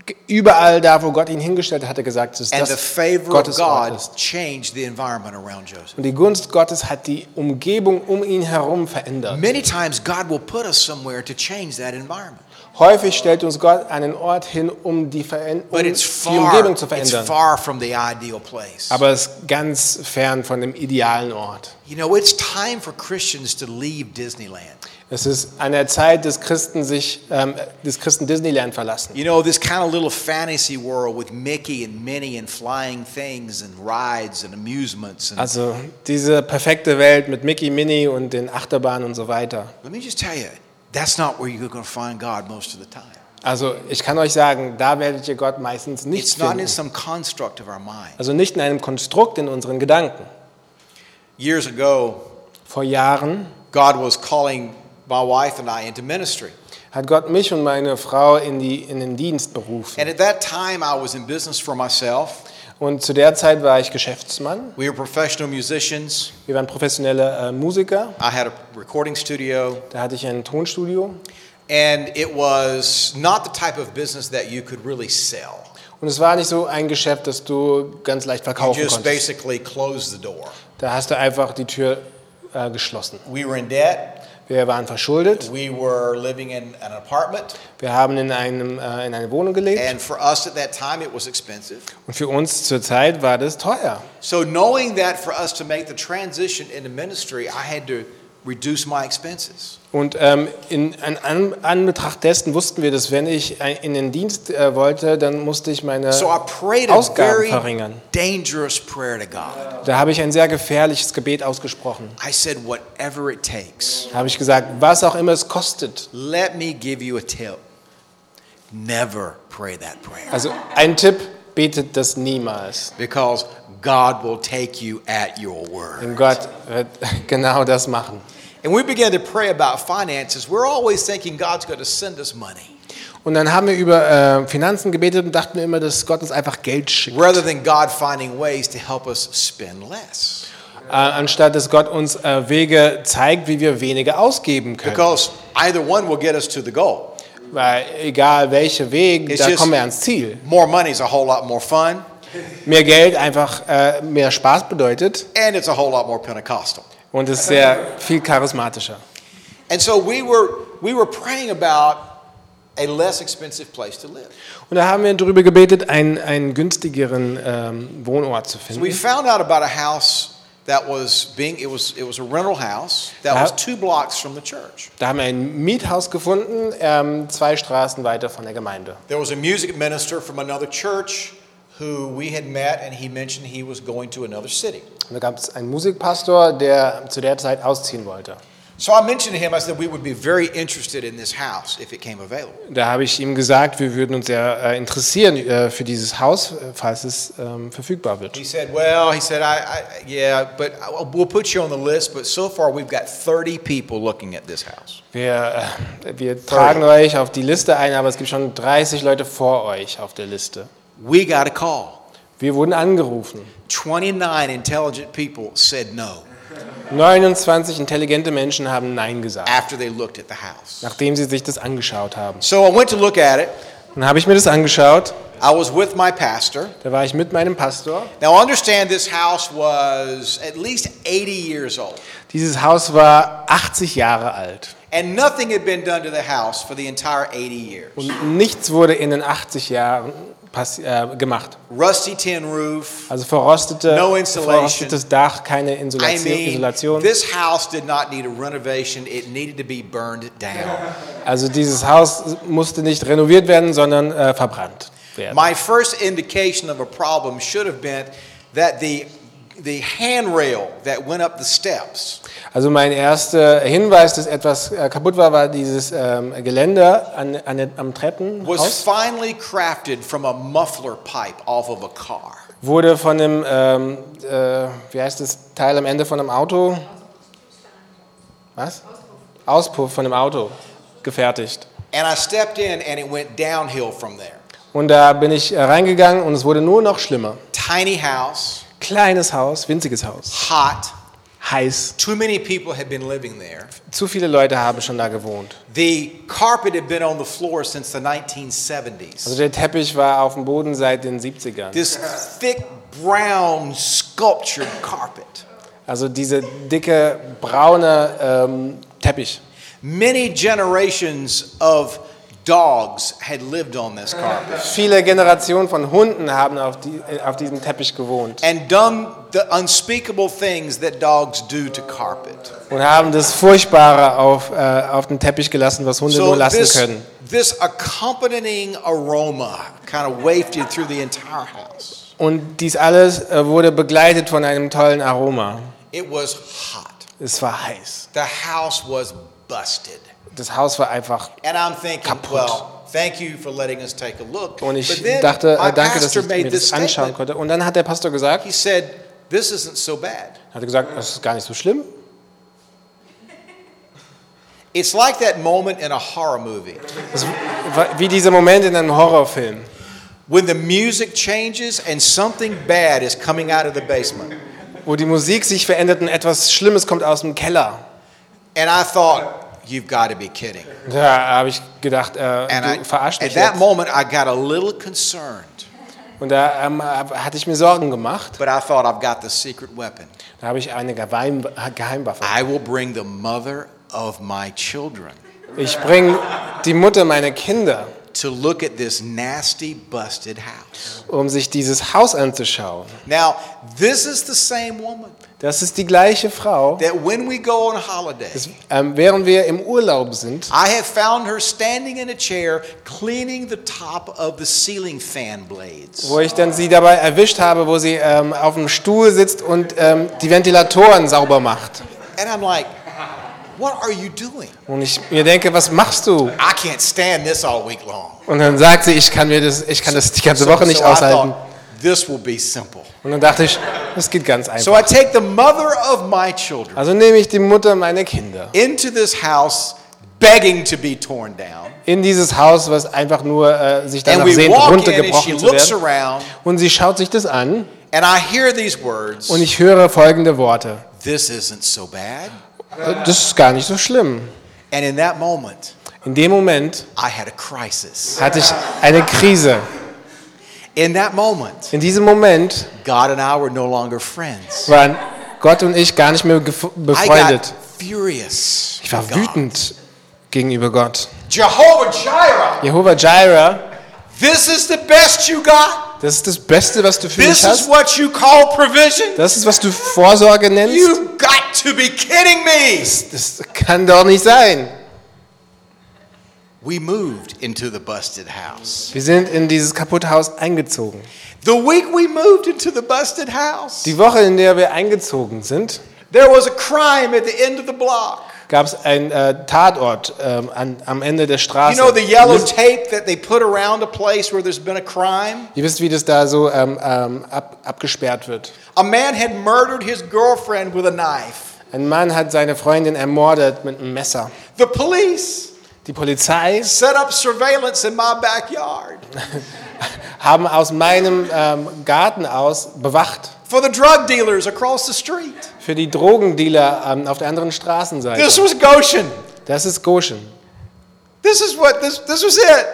[SPEAKER 2] g- überall da, wo Gott ihn hingestellt hat, hat er gesagt, dass
[SPEAKER 3] And the
[SPEAKER 2] das
[SPEAKER 3] favor of
[SPEAKER 2] Gottes Ort
[SPEAKER 3] God
[SPEAKER 2] ist.
[SPEAKER 3] changed the environment around Joseph.
[SPEAKER 2] Und die Gunst Gottes hat die Umgebung um ihn herum verändert.
[SPEAKER 3] Many times, God will put us somewhere to change that environment.
[SPEAKER 2] Häufig stellt uns Gott einen Ort hin, um die, Veränder- um
[SPEAKER 3] But
[SPEAKER 2] die
[SPEAKER 3] it's far,
[SPEAKER 2] Umgebung zu
[SPEAKER 3] it's
[SPEAKER 2] verändern.
[SPEAKER 3] far from the ideal place.
[SPEAKER 2] Aber es ist ganz fern von dem idealen Ort.
[SPEAKER 3] You know, it's time for Christians to leave Disneyland.
[SPEAKER 2] Es ist an der Zeit, dass Christen sich, ähm, des Christen Disneyland verlassen.
[SPEAKER 3] You know, this kind of little fantasy world with Mickey and Minnie and flying things and rides and amusements. And
[SPEAKER 2] Also diese perfekte Welt mit Mickey, Minnie und den Achterbahnen und so weiter.
[SPEAKER 3] let me just tell you, that's not where you're going to find God most of the time.
[SPEAKER 2] Also ich kann euch sagen, da werdet ihr Gott meistens nicht
[SPEAKER 3] It's not in
[SPEAKER 2] finden.
[SPEAKER 3] some construct of our mind.
[SPEAKER 2] Also nicht in einem Konstrukt in unseren Gedanken.
[SPEAKER 3] Years ago,
[SPEAKER 2] Vor Jahren
[SPEAKER 3] God was calling my wife and I into ministry.
[SPEAKER 2] hat Gott mich und meine Frau in, die, in den Dienst berufen.
[SPEAKER 3] And at that time, I was in business for myself.
[SPEAKER 2] Und zu der Zeit war ich Geschäftsmann.
[SPEAKER 3] We were professional musicians.
[SPEAKER 2] Wir waren professionelle äh, Musiker.
[SPEAKER 3] I had a recording studio.
[SPEAKER 2] Da hatte ich ein Tonstudio.
[SPEAKER 3] And it was not the type of business that you could really sell.
[SPEAKER 2] Und es war nicht so ein Geschäft, das du ganz leicht
[SPEAKER 3] You
[SPEAKER 2] verkaufen
[SPEAKER 3] just
[SPEAKER 2] konntest.
[SPEAKER 3] basically closed the door.
[SPEAKER 2] Da hast du einfach die Tür äh, geschlossen.
[SPEAKER 3] We were in debt.
[SPEAKER 2] Wir waren verschuldet.
[SPEAKER 3] We were living in an apartment.
[SPEAKER 2] Wir haben in, einem, äh, in einer Wohnung gelebt.
[SPEAKER 3] And for us at that time, it was expensive.
[SPEAKER 2] Und für uns zur Zeit war das teuer.
[SPEAKER 3] So, knowing that for us to make the transition into ministry, I had to reduce my expenses.
[SPEAKER 2] Und ähm, in, an, an Anbetracht dessen wussten wir, dass wenn ich ein- in den Dienst äh, wollte, dann musste ich meine
[SPEAKER 3] So Uh, I prayed a
[SPEAKER 2] Ausgaben
[SPEAKER 3] very
[SPEAKER 2] verringern.
[SPEAKER 3] dangerous prayer to God.
[SPEAKER 2] Da habe ich ein sehr gefährliches Gebet ausgesprochen.
[SPEAKER 3] I said, whatever it takes,
[SPEAKER 2] Da habe ich gesagt, was auch immer es kostet.
[SPEAKER 3] let me give you a tip. Never pray that prayer
[SPEAKER 2] Also ein Tipp, betet das niemals.
[SPEAKER 3] because God will take you at your word.
[SPEAKER 2] Denn Gott wird genau das machen.
[SPEAKER 3] And we began to pray about finances. We're always thinking God's going to send us money.
[SPEAKER 2] Und dann haben wir über äh, Finanzen gebetet und dachten immer, dass Gott uns einfach Geld schickt.
[SPEAKER 3] rather than God finding ways to help us spend less.
[SPEAKER 2] Äh, anstatt dass Gott uns äh, Wege zeigt, wie wir weniger ausgeben können.
[SPEAKER 3] Because either one will get us to the goal.
[SPEAKER 2] Weil egal welcher Weg,
[SPEAKER 3] It's
[SPEAKER 2] da
[SPEAKER 3] just-
[SPEAKER 2] kommen wir ans Ziel.
[SPEAKER 3] More money is a whole lot more fun,
[SPEAKER 2] Mehr Geld einfach äh, mehr Spaß bedeutet
[SPEAKER 3] and it's a whole lot more Pentecostal.
[SPEAKER 2] und ist sehr viel charismatischer.
[SPEAKER 3] And so we were we were praying about a less expensive place to live.
[SPEAKER 2] Und da haben wir darüber gebetet, einen, einen günstigeren ähm, Wohnort zu finden.
[SPEAKER 3] We found out about a house that was being it was it was a rental house that was
[SPEAKER 2] Yep.
[SPEAKER 3] two blocks from the church.
[SPEAKER 2] Da haben wir ein Miethaus gefunden, ähm, zwei Straßen weiter von der Gemeinde.
[SPEAKER 3] There was a music minister from another church who we had met and he mentioned he was going to another city.
[SPEAKER 2] Und da gab es einen Musikpastor, der zu der Zeit ausziehen wollte.
[SPEAKER 3] So I mentioned to him I said we would be very interested in this house if it came available.
[SPEAKER 2] Da habe ich ihm gesagt, wir würden uns sehr äh, interessieren äh, für dieses Haus, äh, falls es ähm, verfügbar wird.
[SPEAKER 3] He said, "Well, he said I, I yeah, but I, we'll put you on the list, but so far we've got 30 people looking at this house."
[SPEAKER 2] Wir, äh, wir tragen euch auf die Liste ein, aber es gibt schon 30 Leute vor euch auf der Liste.
[SPEAKER 3] We got a call.
[SPEAKER 2] Wir wurden angerufen.
[SPEAKER 3] 29 intelligent people said no
[SPEAKER 2] 29 intelligente Menschen haben Nein gesagt,
[SPEAKER 3] after they looked at the house.
[SPEAKER 2] nachdem sie sich das angeschaut haben.
[SPEAKER 3] So I went to look at it.
[SPEAKER 2] Dann habe ich mir das angeschaut.
[SPEAKER 3] I was with my pastor.
[SPEAKER 2] Da war ich mit meinem Pastor.
[SPEAKER 3] Now understand this house was at least 80 years old
[SPEAKER 2] Dieses Haus war 80 Jahre alt.
[SPEAKER 3] and nothing had been done to the house for the entire 80 years.
[SPEAKER 2] Und nichts wurde in den 80 Jahren passi- äh, gemacht.
[SPEAKER 3] Rusty tin roof.
[SPEAKER 2] Also verrostete,
[SPEAKER 3] No insulation.
[SPEAKER 2] verrostetes Dach, keine
[SPEAKER 3] I
[SPEAKER 2] Insulation.
[SPEAKER 3] mean,
[SPEAKER 2] Isolation.
[SPEAKER 3] this house did not need a renovation. It needed to be burned down.
[SPEAKER 2] Also dieses Haus musste nicht renoviert werden, sondern äh, verbrannt werden.
[SPEAKER 3] My first indication of a problem should have been that the the handrail that went up the steps
[SPEAKER 2] Also mein erster Hinweis, dass etwas äh, kaputt war, war dieses ähm, Geländer an, an, den- am
[SPEAKER 3] was
[SPEAKER 2] Treppenhaus.
[SPEAKER 3] finally crafted from a muffler pipe off of a car.
[SPEAKER 2] Wurde von einem, ähm, äh, wie heißt das Teil am Ende von einem Auto? Was? Auspuff von einem Auto gefertigt.
[SPEAKER 3] And I stepped in and it went downhill from there.
[SPEAKER 2] Und da bin ich äh, reingegangen und es wurde nur noch schlimmer.
[SPEAKER 3] Tiny house,
[SPEAKER 2] Kleines Haus, winziges Haus,
[SPEAKER 3] hot,
[SPEAKER 2] heiß.
[SPEAKER 3] too many people had been living there.
[SPEAKER 2] Zu viele Leute haben schon da gewohnt.
[SPEAKER 3] The carpet had been on the floor since the
[SPEAKER 2] Also
[SPEAKER 3] 1970s.
[SPEAKER 2] der Teppich war auf dem Boden seit den 70ern.
[SPEAKER 3] This thick brown sculptured carpet.
[SPEAKER 2] Also diese dicke braune ähm, Teppich.
[SPEAKER 3] Many generations of dogs had lived on this carpet.
[SPEAKER 2] Viele Generationen von Hunden haben auf, die, äh, auf diesem Teppich gewohnt
[SPEAKER 3] And done the unspeakable things that dogs do to carpet.
[SPEAKER 2] und haben das Furchtbare auf, äh, auf den Teppich gelassen, was Hunde nur lassen
[SPEAKER 3] this,
[SPEAKER 2] können.
[SPEAKER 3] this accompanying aroma kind of wafted through the entire house.
[SPEAKER 2] Und dies alles äh, wurde begleitet von einem tollen Aroma.
[SPEAKER 3] It was hot.
[SPEAKER 2] Es war heiß.
[SPEAKER 3] The house was busted.
[SPEAKER 2] Das Haus war einfach.
[SPEAKER 3] And I'm thinking,
[SPEAKER 2] Kaputt.
[SPEAKER 3] well, thank you for letting us take a look.
[SPEAKER 2] Und
[SPEAKER 3] but
[SPEAKER 2] ich
[SPEAKER 3] then
[SPEAKER 2] dachte,
[SPEAKER 3] my
[SPEAKER 2] äh, danke, dass
[SPEAKER 3] pastor
[SPEAKER 2] ich
[SPEAKER 3] made
[SPEAKER 2] mir
[SPEAKER 3] this
[SPEAKER 2] das anschauen
[SPEAKER 3] statement.
[SPEAKER 2] konnte. Und dann hat der Pastor gesagt,
[SPEAKER 3] He said, this isn't so bad.
[SPEAKER 2] hat er gesagt, das ist gar nicht so schlimm.
[SPEAKER 3] It's like that moment in a horror movie
[SPEAKER 2] Das war wie dieser Moment in einem Horrorfilm.
[SPEAKER 3] when the music changes and something bad is coming out of the basement.
[SPEAKER 2] wo die Musik sich verändert und etwas Schlimmes kommt aus dem Keller.
[SPEAKER 3] And I thought, you've got to be kidding.
[SPEAKER 2] Da habe ich gedacht, äh,
[SPEAKER 3] And I,
[SPEAKER 2] du verarscht
[SPEAKER 3] at
[SPEAKER 2] mich
[SPEAKER 3] that
[SPEAKER 2] jetzt.
[SPEAKER 3] moment, I got a little concerned.
[SPEAKER 2] Und da ähm, hab- hatte ich mir Sorgen gemacht.
[SPEAKER 3] But I thought I've got the secret weapon.
[SPEAKER 2] Da habe ich eine Geheim Geheimwaffe.
[SPEAKER 3] I will bring the mother of my children
[SPEAKER 2] Ich bringe die Mutter meiner Kinder,
[SPEAKER 3] to look at this nasty, busted house.
[SPEAKER 2] um sich dieses Haus anzuschauen.
[SPEAKER 3] Now, this is the same woman
[SPEAKER 2] Das ist die gleiche Frau.
[SPEAKER 3] that when we go on holiday,
[SPEAKER 2] Ähm, während wir im Urlaub sind,
[SPEAKER 3] I have found her standing in a chair cleaning the top of the ceiling fan blades.
[SPEAKER 2] wo ich dann sie dabei erwischt habe, wo sie ähm, auf dem Stuhl sitzt und ähm, die Ventilatoren sauber macht.
[SPEAKER 3] And I'm like, what are you doing?
[SPEAKER 2] Und ich mir denke, was machst du?
[SPEAKER 3] I can't stand this all week long.
[SPEAKER 2] Und dann sagt sie, ich kann mir das, ich kann das die ganze Woche nicht
[SPEAKER 3] so I
[SPEAKER 2] aushalten.
[SPEAKER 3] thought, this will be simple.
[SPEAKER 2] Und dann dachte ich, das geht ganz
[SPEAKER 3] So
[SPEAKER 2] einfach.
[SPEAKER 3] I take the mother of my children.
[SPEAKER 2] Also nehme ich die Mutter meiner Kinder
[SPEAKER 3] into this house begging to be torn down.
[SPEAKER 2] in dieses Haus, was einfach nur äh, sich
[SPEAKER 3] And
[SPEAKER 2] danach
[SPEAKER 3] we
[SPEAKER 2] sehnt,
[SPEAKER 3] walk in and she
[SPEAKER 2] runtergebrochen zu
[SPEAKER 3] looks
[SPEAKER 2] werden.
[SPEAKER 3] around
[SPEAKER 2] Und sie schaut sich das an
[SPEAKER 3] and I hear these words.
[SPEAKER 2] und ich höre folgende Worte.
[SPEAKER 3] This isn't so bad.
[SPEAKER 2] Äh, Das ist gar nicht so schlimm.
[SPEAKER 3] And in that moment,
[SPEAKER 2] In dem Moment
[SPEAKER 3] I had a crisis.
[SPEAKER 2] hatte ich eine Krise.
[SPEAKER 3] In that moment,
[SPEAKER 2] In diesem Moment
[SPEAKER 3] God and I were no longer friends.
[SPEAKER 2] waren Gott und ich gar nicht mehr gef-
[SPEAKER 3] I got
[SPEAKER 2] befreundet.
[SPEAKER 3] furious.
[SPEAKER 2] Ich war
[SPEAKER 3] with God.
[SPEAKER 2] wütend gegenüber Gott.
[SPEAKER 3] Jehovah Jireh,
[SPEAKER 2] Jehovah Jireh,
[SPEAKER 3] this is the best you got.
[SPEAKER 2] das ist das Beste, was du für
[SPEAKER 3] This
[SPEAKER 2] mich
[SPEAKER 3] is
[SPEAKER 2] hast.
[SPEAKER 3] what you call provision.
[SPEAKER 2] Das ist, was du Vorsorge nennst.
[SPEAKER 3] You got to be kidding me.
[SPEAKER 2] Das kann doch nicht sein.
[SPEAKER 3] We moved into the busted house.
[SPEAKER 2] Wir sind in dieses kaputte Haus eingezogen.
[SPEAKER 3] The week we moved into the busted house,
[SPEAKER 2] Die Woche, in der wir eingezogen sind,
[SPEAKER 3] there was a crime at the end of the block.
[SPEAKER 2] gab es einen äh, Tatort ähm, an, am Ende der
[SPEAKER 3] You
[SPEAKER 2] Straße.
[SPEAKER 3] know the yellow
[SPEAKER 2] Ihr wisst-
[SPEAKER 3] tape that they put around a place where there's been a crime?
[SPEAKER 2] Ihr wisst, wie das da so ähm, ähm, ab, abgesperrt wird.
[SPEAKER 3] A man had murdered his girlfriend with a knife.
[SPEAKER 2] Ein Mann hat seine Freundin ermordet mit einem Messer.
[SPEAKER 3] The police
[SPEAKER 2] Die Polizei
[SPEAKER 3] set up surveillance in my backyard
[SPEAKER 2] haben aus meinem ähm, Garten aus bewacht
[SPEAKER 3] for the drug dealers across the street.
[SPEAKER 2] für die Drogendealer ähm, auf der anderen
[SPEAKER 3] This
[SPEAKER 2] Straßenseite.
[SPEAKER 3] was Goshen.
[SPEAKER 2] Das ist Goshen.
[SPEAKER 3] This is what this this was it.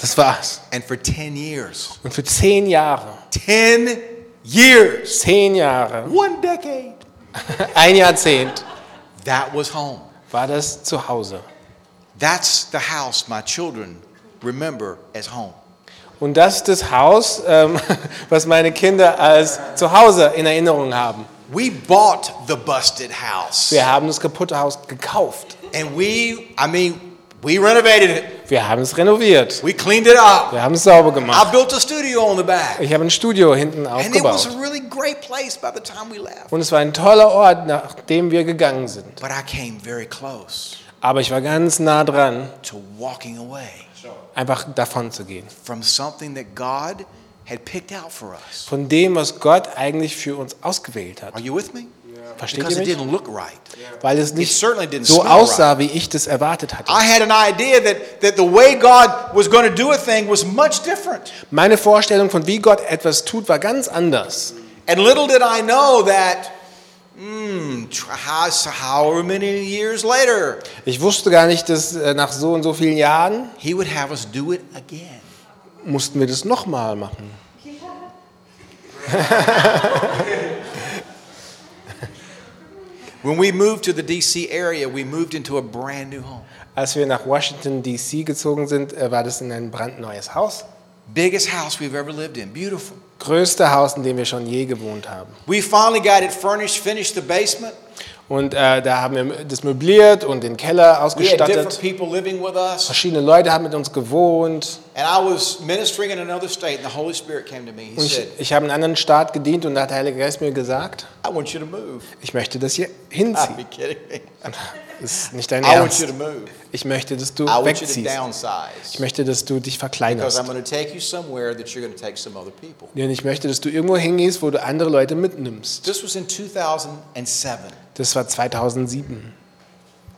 [SPEAKER 2] Das war's.
[SPEAKER 3] And for 10 years.
[SPEAKER 2] Und für zehn Jahre,
[SPEAKER 3] 10 years.
[SPEAKER 2] zehn Jahre,
[SPEAKER 3] One decade.
[SPEAKER 2] ein Jahrzehnt,
[SPEAKER 3] That was home.
[SPEAKER 2] war das zu Hause.
[SPEAKER 3] That's the house my children remember as home.
[SPEAKER 2] Und das ist das Haus, ähm, was meine Kinder als Zuhause in Erinnerung haben.
[SPEAKER 3] We bought the busted house.
[SPEAKER 2] Wir haben das kaputte Haus gekauft.
[SPEAKER 3] And we, I mean, we renovated it.
[SPEAKER 2] Wir haben es renoviert.
[SPEAKER 3] We cleaned it up.
[SPEAKER 2] Wir haben es sauber gemacht.
[SPEAKER 3] I built a studio on the back.
[SPEAKER 2] Ich habe ein Studio hinten
[SPEAKER 3] And it was a
[SPEAKER 2] aufgebaut.
[SPEAKER 3] really great place by the time we left.
[SPEAKER 2] Und es war ein toller Ort, nachdem wir gegangen sind.
[SPEAKER 3] But I came very close
[SPEAKER 2] Aber ich war ganz nah dran,
[SPEAKER 3] to walking away
[SPEAKER 2] einfach davon zu gehen.
[SPEAKER 3] from something that God had picked out for us.
[SPEAKER 2] Von dem, was Gott eigentlich für uns ausgewählt
[SPEAKER 3] Are
[SPEAKER 2] hat.
[SPEAKER 3] you with me?
[SPEAKER 2] Versteht
[SPEAKER 3] Because
[SPEAKER 2] ihr
[SPEAKER 3] it
[SPEAKER 2] mich?
[SPEAKER 3] didn't look right.
[SPEAKER 2] Weil es
[SPEAKER 3] It
[SPEAKER 2] nicht
[SPEAKER 3] certainly didn't
[SPEAKER 2] so
[SPEAKER 3] smell
[SPEAKER 2] aussah, wie ich das erwartet hatte.
[SPEAKER 3] I had an idea that, that the way God was going to do a thing was much different.
[SPEAKER 2] Meine Vorstellung von wie Gott etwas tut, war ganz anders.
[SPEAKER 3] And little did I know that, mm, tr- how, so however many years later,
[SPEAKER 2] Ich wusste gar nicht, dass äh, nach so und so vielen Jahren
[SPEAKER 3] He would have us do it again.
[SPEAKER 2] mussten wir das nochmal machen.
[SPEAKER 3] When we moved to the D.C. area, we moved into a brand new home.
[SPEAKER 2] Als wir nach Washington, D.C. gezogen sind, äh, war das in ein brandneues Haus.
[SPEAKER 3] Biggest house we've ever lived in. Beautiful.
[SPEAKER 2] Größte Haus, in dem wir schon je gewohnt haben.
[SPEAKER 3] We finally got it furnished, finished the basement.
[SPEAKER 2] Und äh, da haben wir das möbliert und den Keller
[SPEAKER 3] We had different
[SPEAKER 2] ausgestattet.
[SPEAKER 3] people living with us.
[SPEAKER 2] Verschiedene Leute haben mit uns gewohnt.
[SPEAKER 3] And I was ministering in another state, and the Holy Spirit came to me. He
[SPEAKER 2] Und ich,
[SPEAKER 3] said,
[SPEAKER 2] ich habe in einem anderen Staat gedient und da hat der Heilige Geist mir gesagt,
[SPEAKER 3] I want you to move.
[SPEAKER 2] ich möchte das hier
[SPEAKER 3] I'd
[SPEAKER 2] hinziehen.
[SPEAKER 3] be kidding me.
[SPEAKER 2] Das ist nicht dein
[SPEAKER 3] Ah. I want you
[SPEAKER 2] Ernst.
[SPEAKER 3] to move.
[SPEAKER 2] Ich möchte, dass du
[SPEAKER 3] I want you to
[SPEAKER 2] wegziehst. Ich
[SPEAKER 3] downsize.
[SPEAKER 2] möchte, dass du dich
[SPEAKER 3] Because
[SPEAKER 2] verkleinerst.
[SPEAKER 3] I'm going to take you somewhere that you're going to take some other people.
[SPEAKER 2] Denn ich möchte, dass du irgendwo hingehst, wo du andere Leute mitnimmst.
[SPEAKER 3] This was in 2007.
[SPEAKER 2] Das war 2007.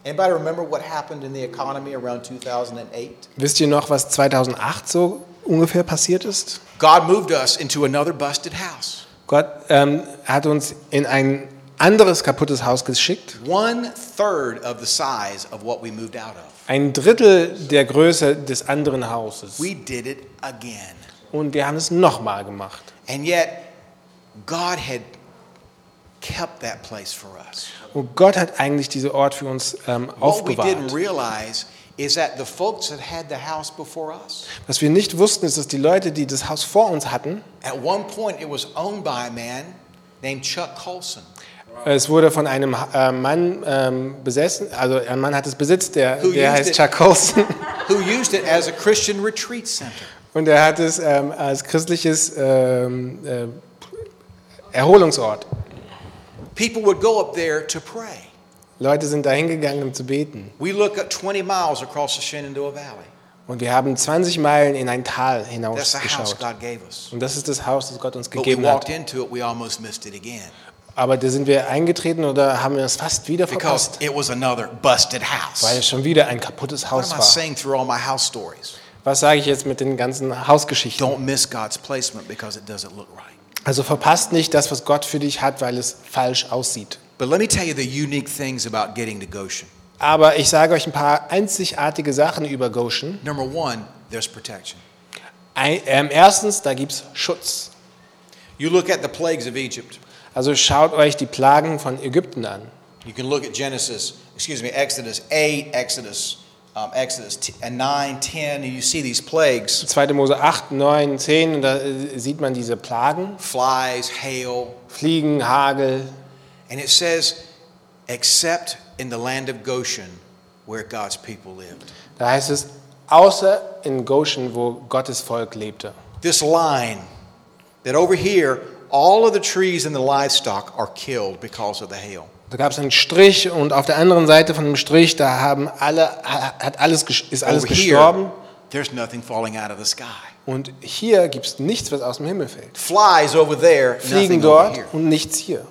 [SPEAKER 3] Anybody remember what happened in the economy around 2008?
[SPEAKER 2] Wisst ihr noch, was 2008 so ungefähr passiert ist?
[SPEAKER 3] God moved us into another busted house.
[SPEAKER 2] Gott ähm, hat uns in ein anderes kaputtes Haus geschickt.
[SPEAKER 3] One third of the size of what we moved out of.
[SPEAKER 2] Ein Drittel der Größe des anderen Hauses.
[SPEAKER 3] We did it again.
[SPEAKER 2] Und wir haben es nochmal gemacht.
[SPEAKER 3] And yet, God had kept that place for us.
[SPEAKER 2] Und Gott hat eigentlich diesen Ort für uns ähm,
[SPEAKER 3] What we didn't
[SPEAKER 2] aufbewahrt.
[SPEAKER 3] realize is that the folks that had the house before us,
[SPEAKER 2] Was wir nicht wussten, ist, dass die Leute, die das Haus vor uns hatten,
[SPEAKER 3] at one point it was owned by a man named Chuck Colson,
[SPEAKER 2] Es wurde von einem äh, Mann ähm, besessen, also ein Mann hat es besitzt, der,
[SPEAKER 3] Who
[SPEAKER 2] der
[SPEAKER 3] used
[SPEAKER 2] heißt
[SPEAKER 3] it?
[SPEAKER 2] Chuck Colson.
[SPEAKER 3] who used it as a Christian retreat center.
[SPEAKER 2] Und er hat es ähm, als christliches ähm, äh, Erholungsort.
[SPEAKER 3] People would go up there to pray.
[SPEAKER 2] Leute sind da hingegangen, um zu beten.
[SPEAKER 3] We look at 20 miles across the Shenandoah Valley.
[SPEAKER 2] Und wir haben 20 Meilen in ein Tal
[SPEAKER 3] That's the house
[SPEAKER 2] hinausgeschaut.
[SPEAKER 3] God gave us.
[SPEAKER 2] Und das ist das Haus, das Gott uns
[SPEAKER 3] But we
[SPEAKER 2] gegeben
[SPEAKER 3] walked
[SPEAKER 2] hat.
[SPEAKER 3] into it, we almost missed it again.
[SPEAKER 2] Aber da sind wir eingetreten oder haben wir es fast wieder
[SPEAKER 3] because
[SPEAKER 2] verpasst,
[SPEAKER 3] it was another busted
[SPEAKER 2] weil
[SPEAKER 3] house.
[SPEAKER 2] es schon wieder ein kaputtes
[SPEAKER 3] What
[SPEAKER 2] Haus
[SPEAKER 3] am I
[SPEAKER 2] war.
[SPEAKER 3] saying through all my house stories?
[SPEAKER 2] Was sage ich jetzt mit den ganzen Hausgeschichten?
[SPEAKER 3] Don't miss God's placement because it doesn't look right.
[SPEAKER 2] Also verpasst nicht das, was Gott für dich hat, weil es falsch aussieht.
[SPEAKER 3] But let me tell you the unique things about getting to Goshen.
[SPEAKER 2] Aber ich sage euch ein paar einzigartige Sachen über Goshen.
[SPEAKER 3] Number one, there's protection.
[SPEAKER 2] Ein, ähm, erstens, da gibt es Schutz.
[SPEAKER 3] You look at the plagues of Egypt.
[SPEAKER 2] Also schaut euch die Plagen von Ägypten an.
[SPEAKER 3] You can look at Genesis, excuse me, Exodus 8, Exodus, um, Exodus t- and 9, 10, and you see these plagues
[SPEAKER 2] 2. Mose 8, 9, 10, und da äh, sieht man diese Plagen.
[SPEAKER 3] flies, hail.
[SPEAKER 2] Fliegen, Hagel.
[SPEAKER 3] And it says, except in the land of Goshen where God's people lived.
[SPEAKER 2] Da heißt es, außer in Goshen, wo Gottes Volk lebte.
[SPEAKER 3] This line that over here, all of the trees and the livestock are killed because of the hail.
[SPEAKER 2] Da gab es einen Strich und auf der anderen Seite von dem Strich, da haben alle, ha- hat alles, ges- ist alles
[SPEAKER 3] over here,
[SPEAKER 2] gestorben.
[SPEAKER 3] there's nothing falling out of the sky.
[SPEAKER 2] Und hier gibt es nichts, was aus dem Himmel fällt.
[SPEAKER 3] Flies over there,
[SPEAKER 2] Fliegen
[SPEAKER 3] nothing over
[SPEAKER 2] dort
[SPEAKER 3] here.
[SPEAKER 2] und nichts hier.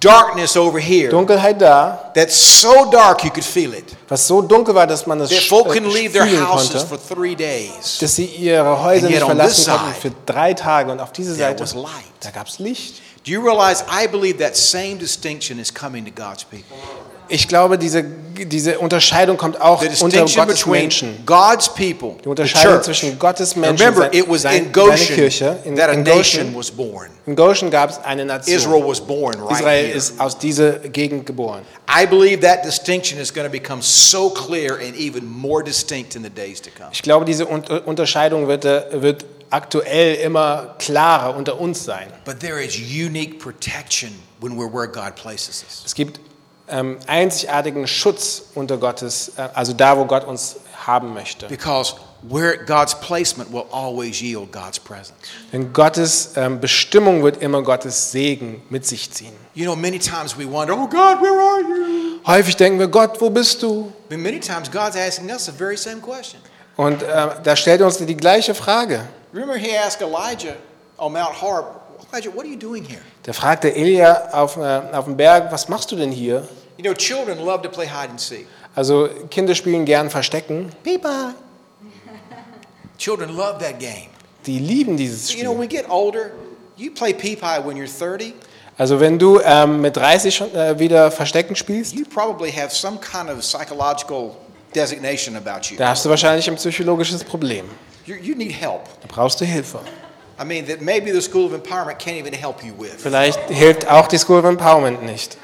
[SPEAKER 3] Darkness over here
[SPEAKER 2] Dunkelheit da,
[SPEAKER 3] that's so dark you could feel it.
[SPEAKER 2] was so dunkel war, dass man das
[SPEAKER 3] That
[SPEAKER 2] sch-
[SPEAKER 3] folk
[SPEAKER 2] äh,
[SPEAKER 3] can leave their
[SPEAKER 2] fühlen
[SPEAKER 3] houses
[SPEAKER 2] konnte,
[SPEAKER 3] for three days.
[SPEAKER 2] dass sie ihre Häuser
[SPEAKER 3] And
[SPEAKER 2] nicht
[SPEAKER 3] yet on this
[SPEAKER 2] verlassen konnten
[SPEAKER 3] side,
[SPEAKER 2] für drei Tage. Und auf dieser
[SPEAKER 3] there
[SPEAKER 2] Seite,
[SPEAKER 3] was light.
[SPEAKER 2] da gab es Licht.
[SPEAKER 3] Do you realize I believe that same distinction is coming to God's people?
[SPEAKER 2] Ich glaube, diese, diese Unterscheidung kommt auch
[SPEAKER 3] The
[SPEAKER 2] unter
[SPEAKER 3] distinction
[SPEAKER 2] Gottes
[SPEAKER 3] between
[SPEAKER 2] Menschen.
[SPEAKER 3] God's people,
[SPEAKER 2] Die
[SPEAKER 3] the
[SPEAKER 2] Unterscheidung
[SPEAKER 3] church.
[SPEAKER 2] zwischen Gottes Menschen
[SPEAKER 3] Remember,
[SPEAKER 2] sein-
[SPEAKER 3] it was
[SPEAKER 2] sein-
[SPEAKER 3] in
[SPEAKER 2] seine Kirche.
[SPEAKER 3] Goshen
[SPEAKER 2] In,
[SPEAKER 3] that a
[SPEAKER 2] in
[SPEAKER 3] nation
[SPEAKER 2] Goshen,
[SPEAKER 3] was born.
[SPEAKER 2] in Goshen gab es eine Nation.
[SPEAKER 3] Israel was born right
[SPEAKER 2] Israel
[SPEAKER 3] here.
[SPEAKER 2] ist aus dieser Gegend geboren.
[SPEAKER 3] I believe that distinction is going to become so clear and even more distinct in the days to come.
[SPEAKER 2] Ich glaube, diese Un Unterscheidung wird, äh, wird aktuell immer klarer unter uns sein.
[SPEAKER 3] But there is unique protection when we're where God places us.
[SPEAKER 2] Es gibt ähm, einzigartigen Schutz unter Gottes, äh, also da, wo Gott uns haben möchte.
[SPEAKER 3] Because where God's placement will always yield God's presence.
[SPEAKER 2] Denn Gottes ähm, Bestimmung wird immer Gottes Segen mit sich ziehen.
[SPEAKER 3] You know, many times we wonder, oh God, where are you?
[SPEAKER 2] Häufig denken wir, Gott, wo bist du?
[SPEAKER 3] But many times God's asking us the very same question.
[SPEAKER 2] Und äh, da stellt er uns die gleiche Frage.
[SPEAKER 3] Remember, he asked Elijah on Mount Horeb, Elijah, what are you doing here?
[SPEAKER 2] Da fragte Elia auf, äh, auf dem Berg, was machst du denn hier?
[SPEAKER 3] You know, children love to play hide and seek.
[SPEAKER 2] Also Kinder spielen gern Verstecken.
[SPEAKER 3] Peepa. Children love that game.
[SPEAKER 2] Die lieben dieses
[SPEAKER 3] You know, when
[SPEAKER 2] Spiel.
[SPEAKER 3] we get older, you play peepie when you're 30,
[SPEAKER 2] Also wenn du ähm, mit 30 schon äh, wieder Verstecken spielst,
[SPEAKER 3] you probably have some kind of psychological designation about you.
[SPEAKER 2] da hast du wahrscheinlich ein psychologisches Problem.
[SPEAKER 3] You, you need help.
[SPEAKER 2] Da brauchst du Hilfe.
[SPEAKER 3] I mean, that maybe the School of Empowerment can't even help you with.
[SPEAKER 2] Vielleicht hilft auch die School of Empowerment nicht.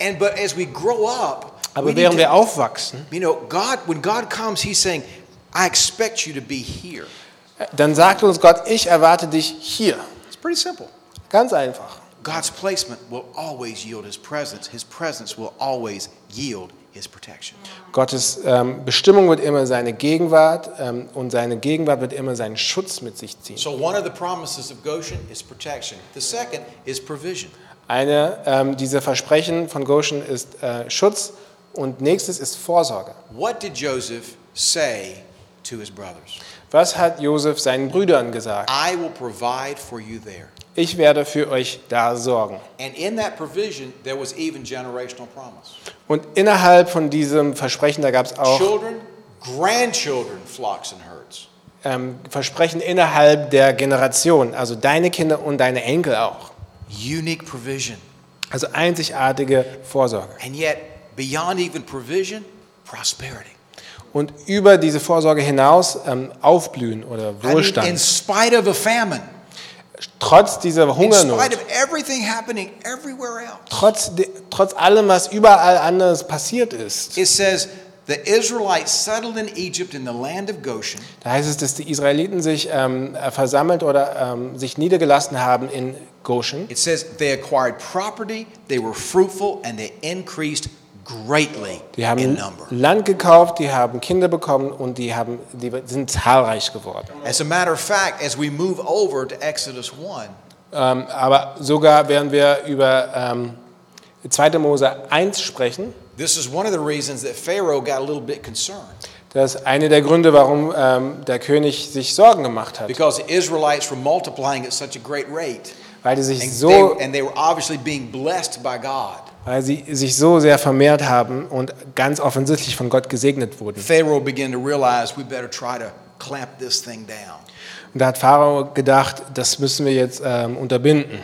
[SPEAKER 3] And but as we grow up, we
[SPEAKER 2] Aber
[SPEAKER 3] need
[SPEAKER 2] während wir
[SPEAKER 3] to,
[SPEAKER 2] aufwachsen,
[SPEAKER 3] you know, God, when God comes, He's saying, "I expect you to be here."
[SPEAKER 2] äh, dann sagt uns Gott, ich erwarte dich hier.
[SPEAKER 3] It's pretty simple.
[SPEAKER 2] Ganz einfach.
[SPEAKER 3] God's placement will always yield His presence. His presence will always yield His protection.
[SPEAKER 2] Gottes ähm, Bestimmung wird immer seine Gegenwart ähm, und seine Gegenwart wird immer seinen Schutz mit sich ziehen.
[SPEAKER 3] So one of the promises of Goshen is protection. The second is provision.
[SPEAKER 2] Eine ähm, dieser Versprechen von Goshen ist äh, Schutz und nächstes ist Vorsorge.
[SPEAKER 3] What did Joseph say to his brothers?
[SPEAKER 2] Was hat Josef seinen Brüdern gesagt?
[SPEAKER 3] I will provide for you there.
[SPEAKER 2] Ich werde für euch da sorgen.
[SPEAKER 3] And in that provision, there was even generational promise.
[SPEAKER 2] Und innerhalb von diesem Versprechen, da gab es
[SPEAKER 3] Oh.
[SPEAKER 2] auch
[SPEAKER 3] Children, grandchildren, flocks and herds.
[SPEAKER 2] ähm, Versprechen innerhalb der Generation, also deine Kinder und deine Enkel auch.
[SPEAKER 3] Unique provision.
[SPEAKER 2] Also einzigartige Vorsorge.
[SPEAKER 3] And yet, beyond even provision, prosperity.
[SPEAKER 2] Und über diese Vorsorge hinaus ähm, Aufblühen oder
[SPEAKER 3] I mean, in
[SPEAKER 2] Wohlstand.
[SPEAKER 3] spite of a famine,
[SPEAKER 2] Trotz dieser
[SPEAKER 3] in spite
[SPEAKER 2] Hungernot,
[SPEAKER 3] of everything happening everywhere else,
[SPEAKER 2] trotz, de- trotz allem, was überall anders passiert ist,
[SPEAKER 3] it says the Israelites settled in Egypt in the land of Goshen.
[SPEAKER 2] Da heißt es, dass die Israeliten sich ähm, versammelt oder ähm, sich niedergelassen haben in Goshen.
[SPEAKER 3] It says they acquired property, they were fruitful, and they increased greatly
[SPEAKER 2] Die haben
[SPEAKER 3] in number.
[SPEAKER 2] Land gekauft, die haben Kinder bekommen und die, haben, die sind zahlreich geworden.
[SPEAKER 3] As a matter of fact, as we move over to Exodus 1,
[SPEAKER 2] Ähm, aber sogar während wir über ähm, 2. Mose 1 sprechen,
[SPEAKER 3] this is one of the reasons that Pharaoh got a little bit concerned
[SPEAKER 2] das ist eine der Gründe, warum ähm, der König sich Sorgen gemacht hat.
[SPEAKER 3] because the Israelites were multiplying at such a great rate.
[SPEAKER 2] weil die sich
[SPEAKER 3] And,
[SPEAKER 2] so,
[SPEAKER 3] they, and they were obviously being blessed by God.
[SPEAKER 2] weil sie sich so sehr vermehrt haben und ganz offensichtlich von Gott gesegnet wurden.
[SPEAKER 3] Pharaoh began to realize we better try to clamp this thing down.
[SPEAKER 2] Und da hat Pharao gedacht, das müssen wir jetzt ähm, unterbinden.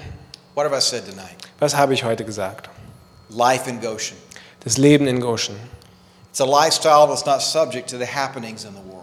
[SPEAKER 3] What have I said tonight?
[SPEAKER 2] Was habe ich heute gesagt?
[SPEAKER 3] Life in Goshen.
[SPEAKER 2] Das Leben in Goshen.
[SPEAKER 3] It's a lifestyle that's not subject to the happenings in the world.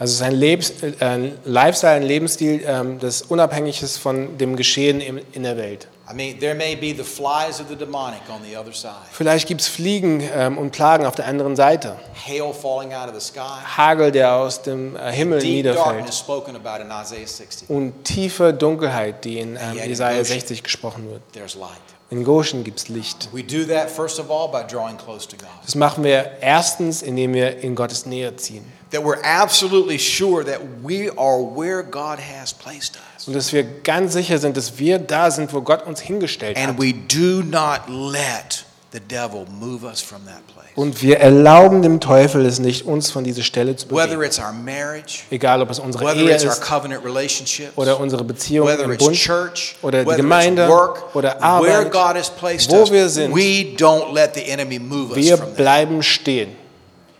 [SPEAKER 2] Also es ist ein, Lebens, äh, ein Lifestyle, ein Lebensstil, ähm, das unabhängig ist von dem Geschehen im, in der Welt.
[SPEAKER 3] I mean, there may be the flies of the demonic on the other side,
[SPEAKER 2] Vielleicht gibt es Fliegen ähm, und Plagen auf der anderen Seite.
[SPEAKER 3] hail falling out of the sky,
[SPEAKER 2] Hagel, der aus dem äh, Himmel
[SPEAKER 3] deep
[SPEAKER 2] niederfällt.
[SPEAKER 3] darkness spoken about in Isaiah 60.
[SPEAKER 2] Und tiefe Dunkelheit, die in ähm,
[SPEAKER 3] Ja, die
[SPEAKER 2] Jesaja
[SPEAKER 3] Goshen.
[SPEAKER 2] 60 gesprochen wird.
[SPEAKER 3] There's light.
[SPEAKER 2] In Goshen gibt es Licht.
[SPEAKER 3] We do that, first of all, by drawing close to God.
[SPEAKER 2] Das machen wir erstens, indem wir in Gottes Nähe ziehen.
[SPEAKER 3] That we're absolutely sure that we are where God has placed us.
[SPEAKER 2] Und dass wir ganz sicher sind, dass wir da sind, wo Gott uns hingestellt hat.
[SPEAKER 3] And we do not let the devil move us from that place.
[SPEAKER 2] Und wir erlauben dem Teufel es nicht, uns von dieser Stelle zu bewegen.
[SPEAKER 3] Whether it's our marriage,
[SPEAKER 2] Egal, ob es unsere
[SPEAKER 3] whether
[SPEAKER 2] Ehe
[SPEAKER 3] it's our
[SPEAKER 2] ist
[SPEAKER 3] covenant relationships,
[SPEAKER 2] oder unsere Beziehung
[SPEAKER 3] whether
[SPEAKER 2] im
[SPEAKER 3] it's
[SPEAKER 2] Bund
[SPEAKER 3] church,
[SPEAKER 2] oder die
[SPEAKER 3] whether
[SPEAKER 2] Gemeinde
[SPEAKER 3] it's work,
[SPEAKER 2] oder
[SPEAKER 3] where
[SPEAKER 2] Arbeit,
[SPEAKER 3] God has placed
[SPEAKER 2] wo
[SPEAKER 3] us,
[SPEAKER 2] wir sind.
[SPEAKER 3] we don't let the enemy move us
[SPEAKER 2] wir
[SPEAKER 3] from that.
[SPEAKER 2] bleiben stehen.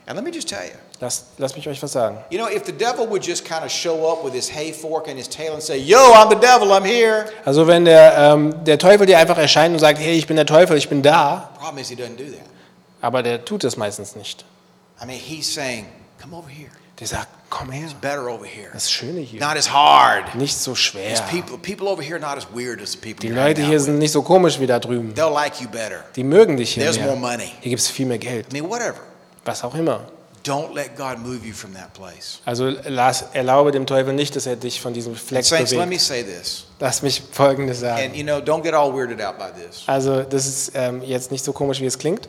[SPEAKER 3] And let me just tell you,
[SPEAKER 2] Lasst, lasst mich euch was sagen.
[SPEAKER 3] you know, if the devil would just kind of show up with his hay fork and his tail and say, "Yo, I'm the devil, I'm here,"
[SPEAKER 2] Also wenn der, ähm, der Teufel dir einfach erscheint und sagt, hey, ich bin der Teufel, ich bin da,
[SPEAKER 3] problem is he doesn't do that.
[SPEAKER 2] aber der tut das meistens nicht.
[SPEAKER 3] I mean, he's saying, "Come over here,
[SPEAKER 2] Der sagt, komm her,
[SPEAKER 3] better over here,
[SPEAKER 2] das Schöne hier,
[SPEAKER 3] not as hard."
[SPEAKER 2] nicht so
[SPEAKER 3] These
[SPEAKER 2] schwer.
[SPEAKER 3] people, people over here, are not as weird as the people.
[SPEAKER 2] Die
[SPEAKER 3] you're hanging
[SPEAKER 2] Leute
[SPEAKER 3] out
[SPEAKER 2] hier
[SPEAKER 3] with.
[SPEAKER 2] sind nicht so komisch wie da drüben.
[SPEAKER 3] They'll like you better.
[SPEAKER 2] Die mögen dich hier
[SPEAKER 3] There's more
[SPEAKER 2] mehr.
[SPEAKER 3] money.
[SPEAKER 2] Hier gibt es viel mehr Geld,
[SPEAKER 3] I mean, whatever.
[SPEAKER 2] was auch immer.
[SPEAKER 3] Don't let God move you from that place.
[SPEAKER 2] Also Lars, erlaube dem Teufel nicht, dass er dich von diesem Fleck
[SPEAKER 3] Saints, let
[SPEAKER 2] bewegt.
[SPEAKER 3] me say this.
[SPEAKER 2] Lass mich Folgendes
[SPEAKER 3] And
[SPEAKER 2] sagen.
[SPEAKER 3] you know, don't get all weirded out by this.
[SPEAKER 2] Also das ist ähm, jetzt nicht so komisch, wie es klingt.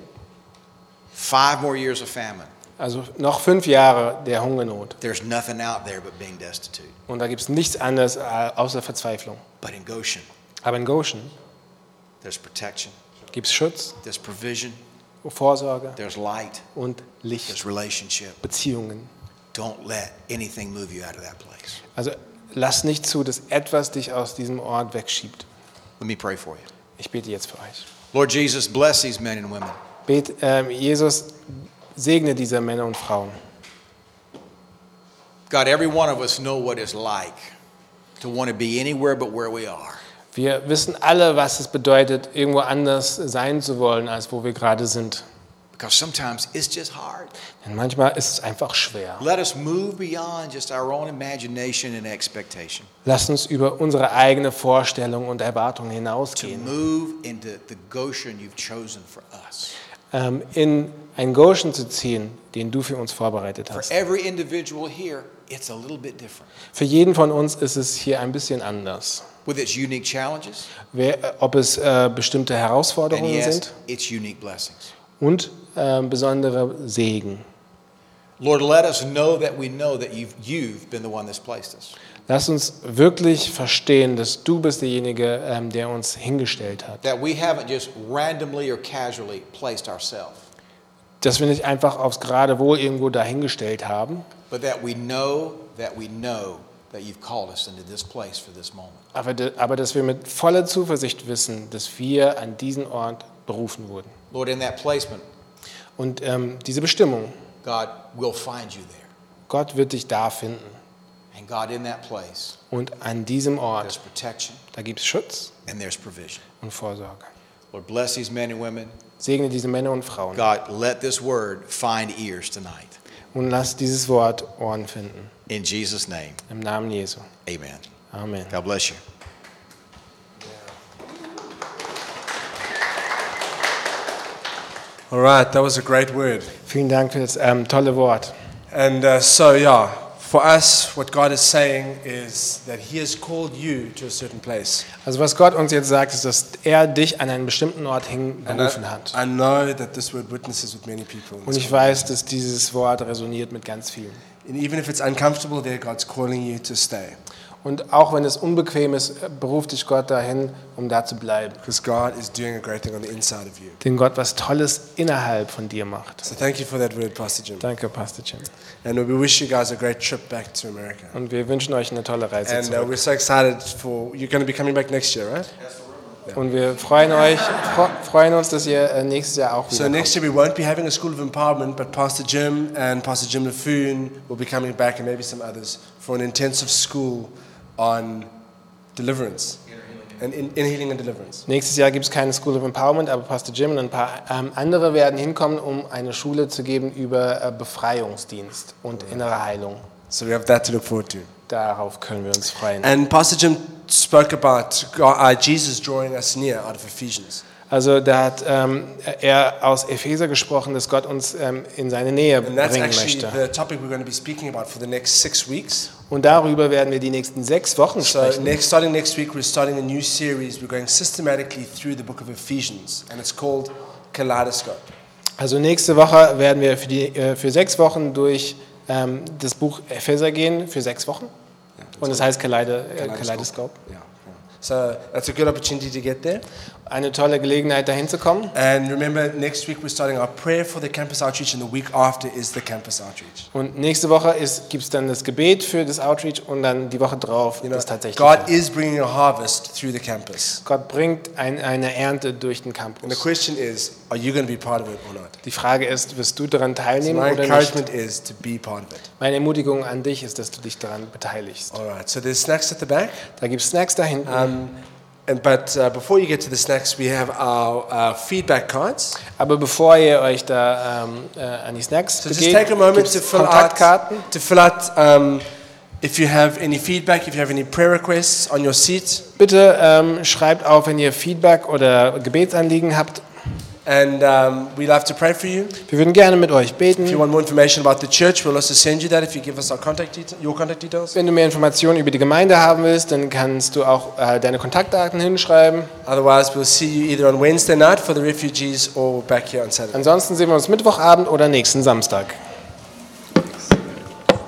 [SPEAKER 3] Five more years of famine.
[SPEAKER 2] Also noch fünf Jahre der Hungernot.
[SPEAKER 3] There's nothing out there but being destitute.
[SPEAKER 2] Und da gibt es nichts anderes äh, außer Verzweiflung.
[SPEAKER 3] But in Goshen,
[SPEAKER 2] Aber in Goshen
[SPEAKER 3] there's protection,
[SPEAKER 2] gibt es Schutz,
[SPEAKER 3] there's provision,
[SPEAKER 2] Vorsorge
[SPEAKER 3] there's light,
[SPEAKER 2] und Licht,
[SPEAKER 3] there's relationship.
[SPEAKER 2] Beziehungen.
[SPEAKER 3] Don't let anything move you out of that place.
[SPEAKER 2] Also lass nicht zu, dass etwas dich aus diesem Ort wegschiebt.
[SPEAKER 3] Let me pray for you.
[SPEAKER 2] Ich bete jetzt für euch.
[SPEAKER 3] Lord Jesus, bless these men and women.
[SPEAKER 2] Bet, ähm, Jesus, segne diese Männer und Frauen.
[SPEAKER 3] God, every one of us know what it's like to want to be anywhere but where we are.
[SPEAKER 2] Wir wissen alle, was es bedeutet, irgendwo anders sein zu wollen, als wo wir gerade sind.
[SPEAKER 3] Because sometimes it's just hard.
[SPEAKER 2] Denn manchmal ist es einfach schwer.
[SPEAKER 3] Let us move beyond just our own imagination and expectation.
[SPEAKER 2] Lass uns über unsere eigene Vorstellung und Erwartung
[SPEAKER 3] to
[SPEAKER 2] hinausgehen.
[SPEAKER 3] move into the Goshen you've chosen for us.
[SPEAKER 2] Ähm, in ein Goshen zu ziehen, den du für uns vorbereitet
[SPEAKER 3] For
[SPEAKER 2] hast.
[SPEAKER 3] every individual here, it's a little bit different
[SPEAKER 2] Für jeden von uns ist es hier ein bisschen anders.
[SPEAKER 3] with its unique challenges
[SPEAKER 2] Wer, äh, ob es äh, bestimmte
[SPEAKER 3] and
[SPEAKER 2] Herausforderungen
[SPEAKER 3] yes,
[SPEAKER 2] sind
[SPEAKER 3] its unique blessings.
[SPEAKER 2] und äh, besondere Segen.
[SPEAKER 3] Lord, let us know that we know that you've, you've been the one that's placed us.
[SPEAKER 2] Lass uns wirklich verstehen, dass du bist derjenige, ähm, der uns hingestellt hat.
[SPEAKER 3] That we haven't just randomly or casually placed ourselves,
[SPEAKER 2] Dass wir nicht einfach aufs Geradewohl irgendwo dahingestellt haben,
[SPEAKER 3] but that we know that we know that you've called us into this place for this moment.
[SPEAKER 2] aber, de, aber dass wir mit voller Zuversicht wissen, dass wir an diesen Ort berufen wurden.
[SPEAKER 3] Lord, in that placement,
[SPEAKER 2] Und ähm, diese Bestimmung,
[SPEAKER 3] God will find you there.
[SPEAKER 2] Gott wird dich da finden.
[SPEAKER 3] And God, in that place,
[SPEAKER 2] Und an diesem
[SPEAKER 3] there's
[SPEAKER 2] Ort,
[SPEAKER 3] protection
[SPEAKER 2] da gibt es Schutz
[SPEAKER 3] and there's provision.
[SPEAKER 2] und Vorsorge.
[SPEAKER 3] Lord, bless these men and women.
[SPEAKER 2] Segne diese Männer und Frauen.
[SPEAKER 3] God, let this word find ears tonight.
[SPEAKER 2] und lass dieses Wort Ohren finden.
[SPEAKER 3] In Jesus' name,
[SPEAKER 2] Im Namen Jesu.
[SPEAKER 3] amen.
[SPEAKER 2] Amen.
[SPEAKER 3] God bless you.
[SPEAKER 1] All right, that was a great word.
[SPEAKER 2] Vielen Dank für das ähm, tolle Wort.
[SPEAKER 1] And uh, so, yeah, for us, what God is saying is that He has called you to a certain place.
[SPEAKER 2] Also was Gott uns jetzt sagt, ist, dass er dich an einen bestimmten Ort hin
[SPEAKER 1] And I,
[SPEAKER 2] berufen hat.
[SPEAKER 1] I know that this word witnesses with many people. in
[SPEAKER 2] Und
[SPEAKER 1] this
[SPEAKER 2] ich weiß, dass dieses Wort resoniert mit ganz vielen.
[SPEAKER 1] And even if it's uncomfortable there, God's calling you to stay.
[SPEAKER 2] Und auch wenn es unbequem ist, beruft dich Gott dahin, um da zu bleiben.
[SPEAKER 1] because God is doing a great thing on the inside of you.
[SPEAKER 2] Denn Gott was Tolles innerhalb von dir macht.
[SPEAKER 1] So thank you for that word, Pastor Jim.
[SPEAKER 2] Danke, Pastor Jim.
[SPEAKER 1] And we wish you guys a great trip back to America.
[SPEAKER 2] Und wir wünschen euch eine tolle Reise
[SPEAKER 1] And uh,
[SPEAKER 2] zurück.
[SPEAKER 1] we're so excited for you're going to be coming back next year, right?
[SPEAKER 2] Und wir freuen euch, fro- freuen uns, dass ihr äh, nächstes Jahr auch
[SPEAKER 1] So
[SPEAKER 2] wieder
[SPEAKER 1] next year we won't be having a school of empowerment, but Pastor Jim and Pastor Jim Lafoon will be coming back, and maybe some others for an intensive school on deliverance and in, in healing and deliverance.
[SPEAKER 2] Nächstes Jahr gibt es keine School of Empowerment, aber Pastor Jim und ein paar ähm, andere werden hinkommen, um eine Schule zu geben über äh, Befreiungsdienst und innere Heilung.
[SPEAKER 1] So we have that to look forward to.
[SPEAKER 2] Darauf können wir uns freuen.
[SPEAKER 1] And Pastor Jim spoke about God, uh, Jesus drawing us near out of Ephesians.
[SPEAKER 2] Also da hat ähm, er aus Epheser gesprochen, dass Gott uns ähm, in seine Nähe
[SPEAKER 1] And that's
[SPEAKER 2] bringen
[SPEAKER 1] actually
[SPEAKER 2] möchte.
[SPEAKER 1] the topic we're going to be speaking about for the next six weeks.
[SPEAKER 2] Und darüber werden wir die nächsten sechs Wochen
[SPEAKER 1] So
[SPEAKER 2] sprechen.
[SPEAKER 1] next, starting next week, we're starting a new series. We're going systematically through the book of Ephesians, and it's called Kaleidoscope.
[SPEAKER 2] Also nächste Woche werden wir für, die, äh, für sechs Wochen durch ähm, das Buch Epheser gehen, für sechs Wochen. Und es heißt Kaleide, äh, Kaleidoskop.
[SPEAKER 1] Yeah. So that's a good opportunity to get there.
[SPEAKER 2] Eine tolle Gelegenheit, dahin zu kommen.
[SPEAKER 1] And remember, next week we're starting our prayer for the campus outreach, and the week after is the campus outreach.
[SPEAKER 2] Und nächste Woche gibt es dann das Gebet für das Outreach und dann die Woche drauf
[SPEAKER 1] You know,
[SPEAKER 2] das tatsächliche.
[SPEAKER 1] God is bringing a harvest through the campus.
[SPEAKER 2] Gott bringt ein, eine Ernte durch den
[SPEAKER 1] And the
[SPEAKER 2] Campus.
[SPEAKER 1] question is, are you going to be part of it or not?
[SPEAKER 2] Die Frage ist, wirst du daran teilnehmen
[SPEAKER 1] My
[SPEAKER 2] oder nicht?
[SPEAKER 1] encouragement is to be part of it.
[SPEAKER 2] Meine Ermutigung an dich ist, dass du dich daran beteiligst.
[SPEAKER 1] All right. So there's snacks at the back. Um,
[SPEAKER 2] Da gibt es Snacks da hinten.
[SPEAKER 1] Ähm. And, but uh, before you get to the snacks, we have our uh, feedback cards.
[SPEAKER 2] Aber bevor ihr euch da ähm, äh, an die Snacks
[SPEAKER 1] So just
[SPEAKER 2] begebt,
[SPEAKER 1] take a moment to
[SPEAKER 2] gibt's
[SPEAKER 1] fill out,
[SPEAKER 2] Kontaktkarten.
[SPEAKER 1] to fill out um, if you have any feedback, if you have any prayer requests on your seat.
[SPEAKER 2] Bitte ähm, schreibt auf, wenn ihr Feedback oder Gebetsanliegen habt.
[SPEAKER 1] And um, we love to pray for you.
[SPEAKER 2] Wir würden gerne mit euch
[SPEAKER 1] If you
[SPEAKER 2] beten.
[SPEAKER 1] want more information about the church, we'll also send you that if you give us our contact deta- your contact details.
[SPEAKER 2] Wenn du mehr Informationen über die Gemeinde haben willst, dann kannst du auch äh, deine Kontaktdaten hinschreiben.
[SPEAKER 1] Otherwise, we'll see you either on Wednesday night for the refugees or back here on Saturday.
[SPEAKER 2] Ansonsten sehen wir uns Mittwochabend oder nächsten Samstag.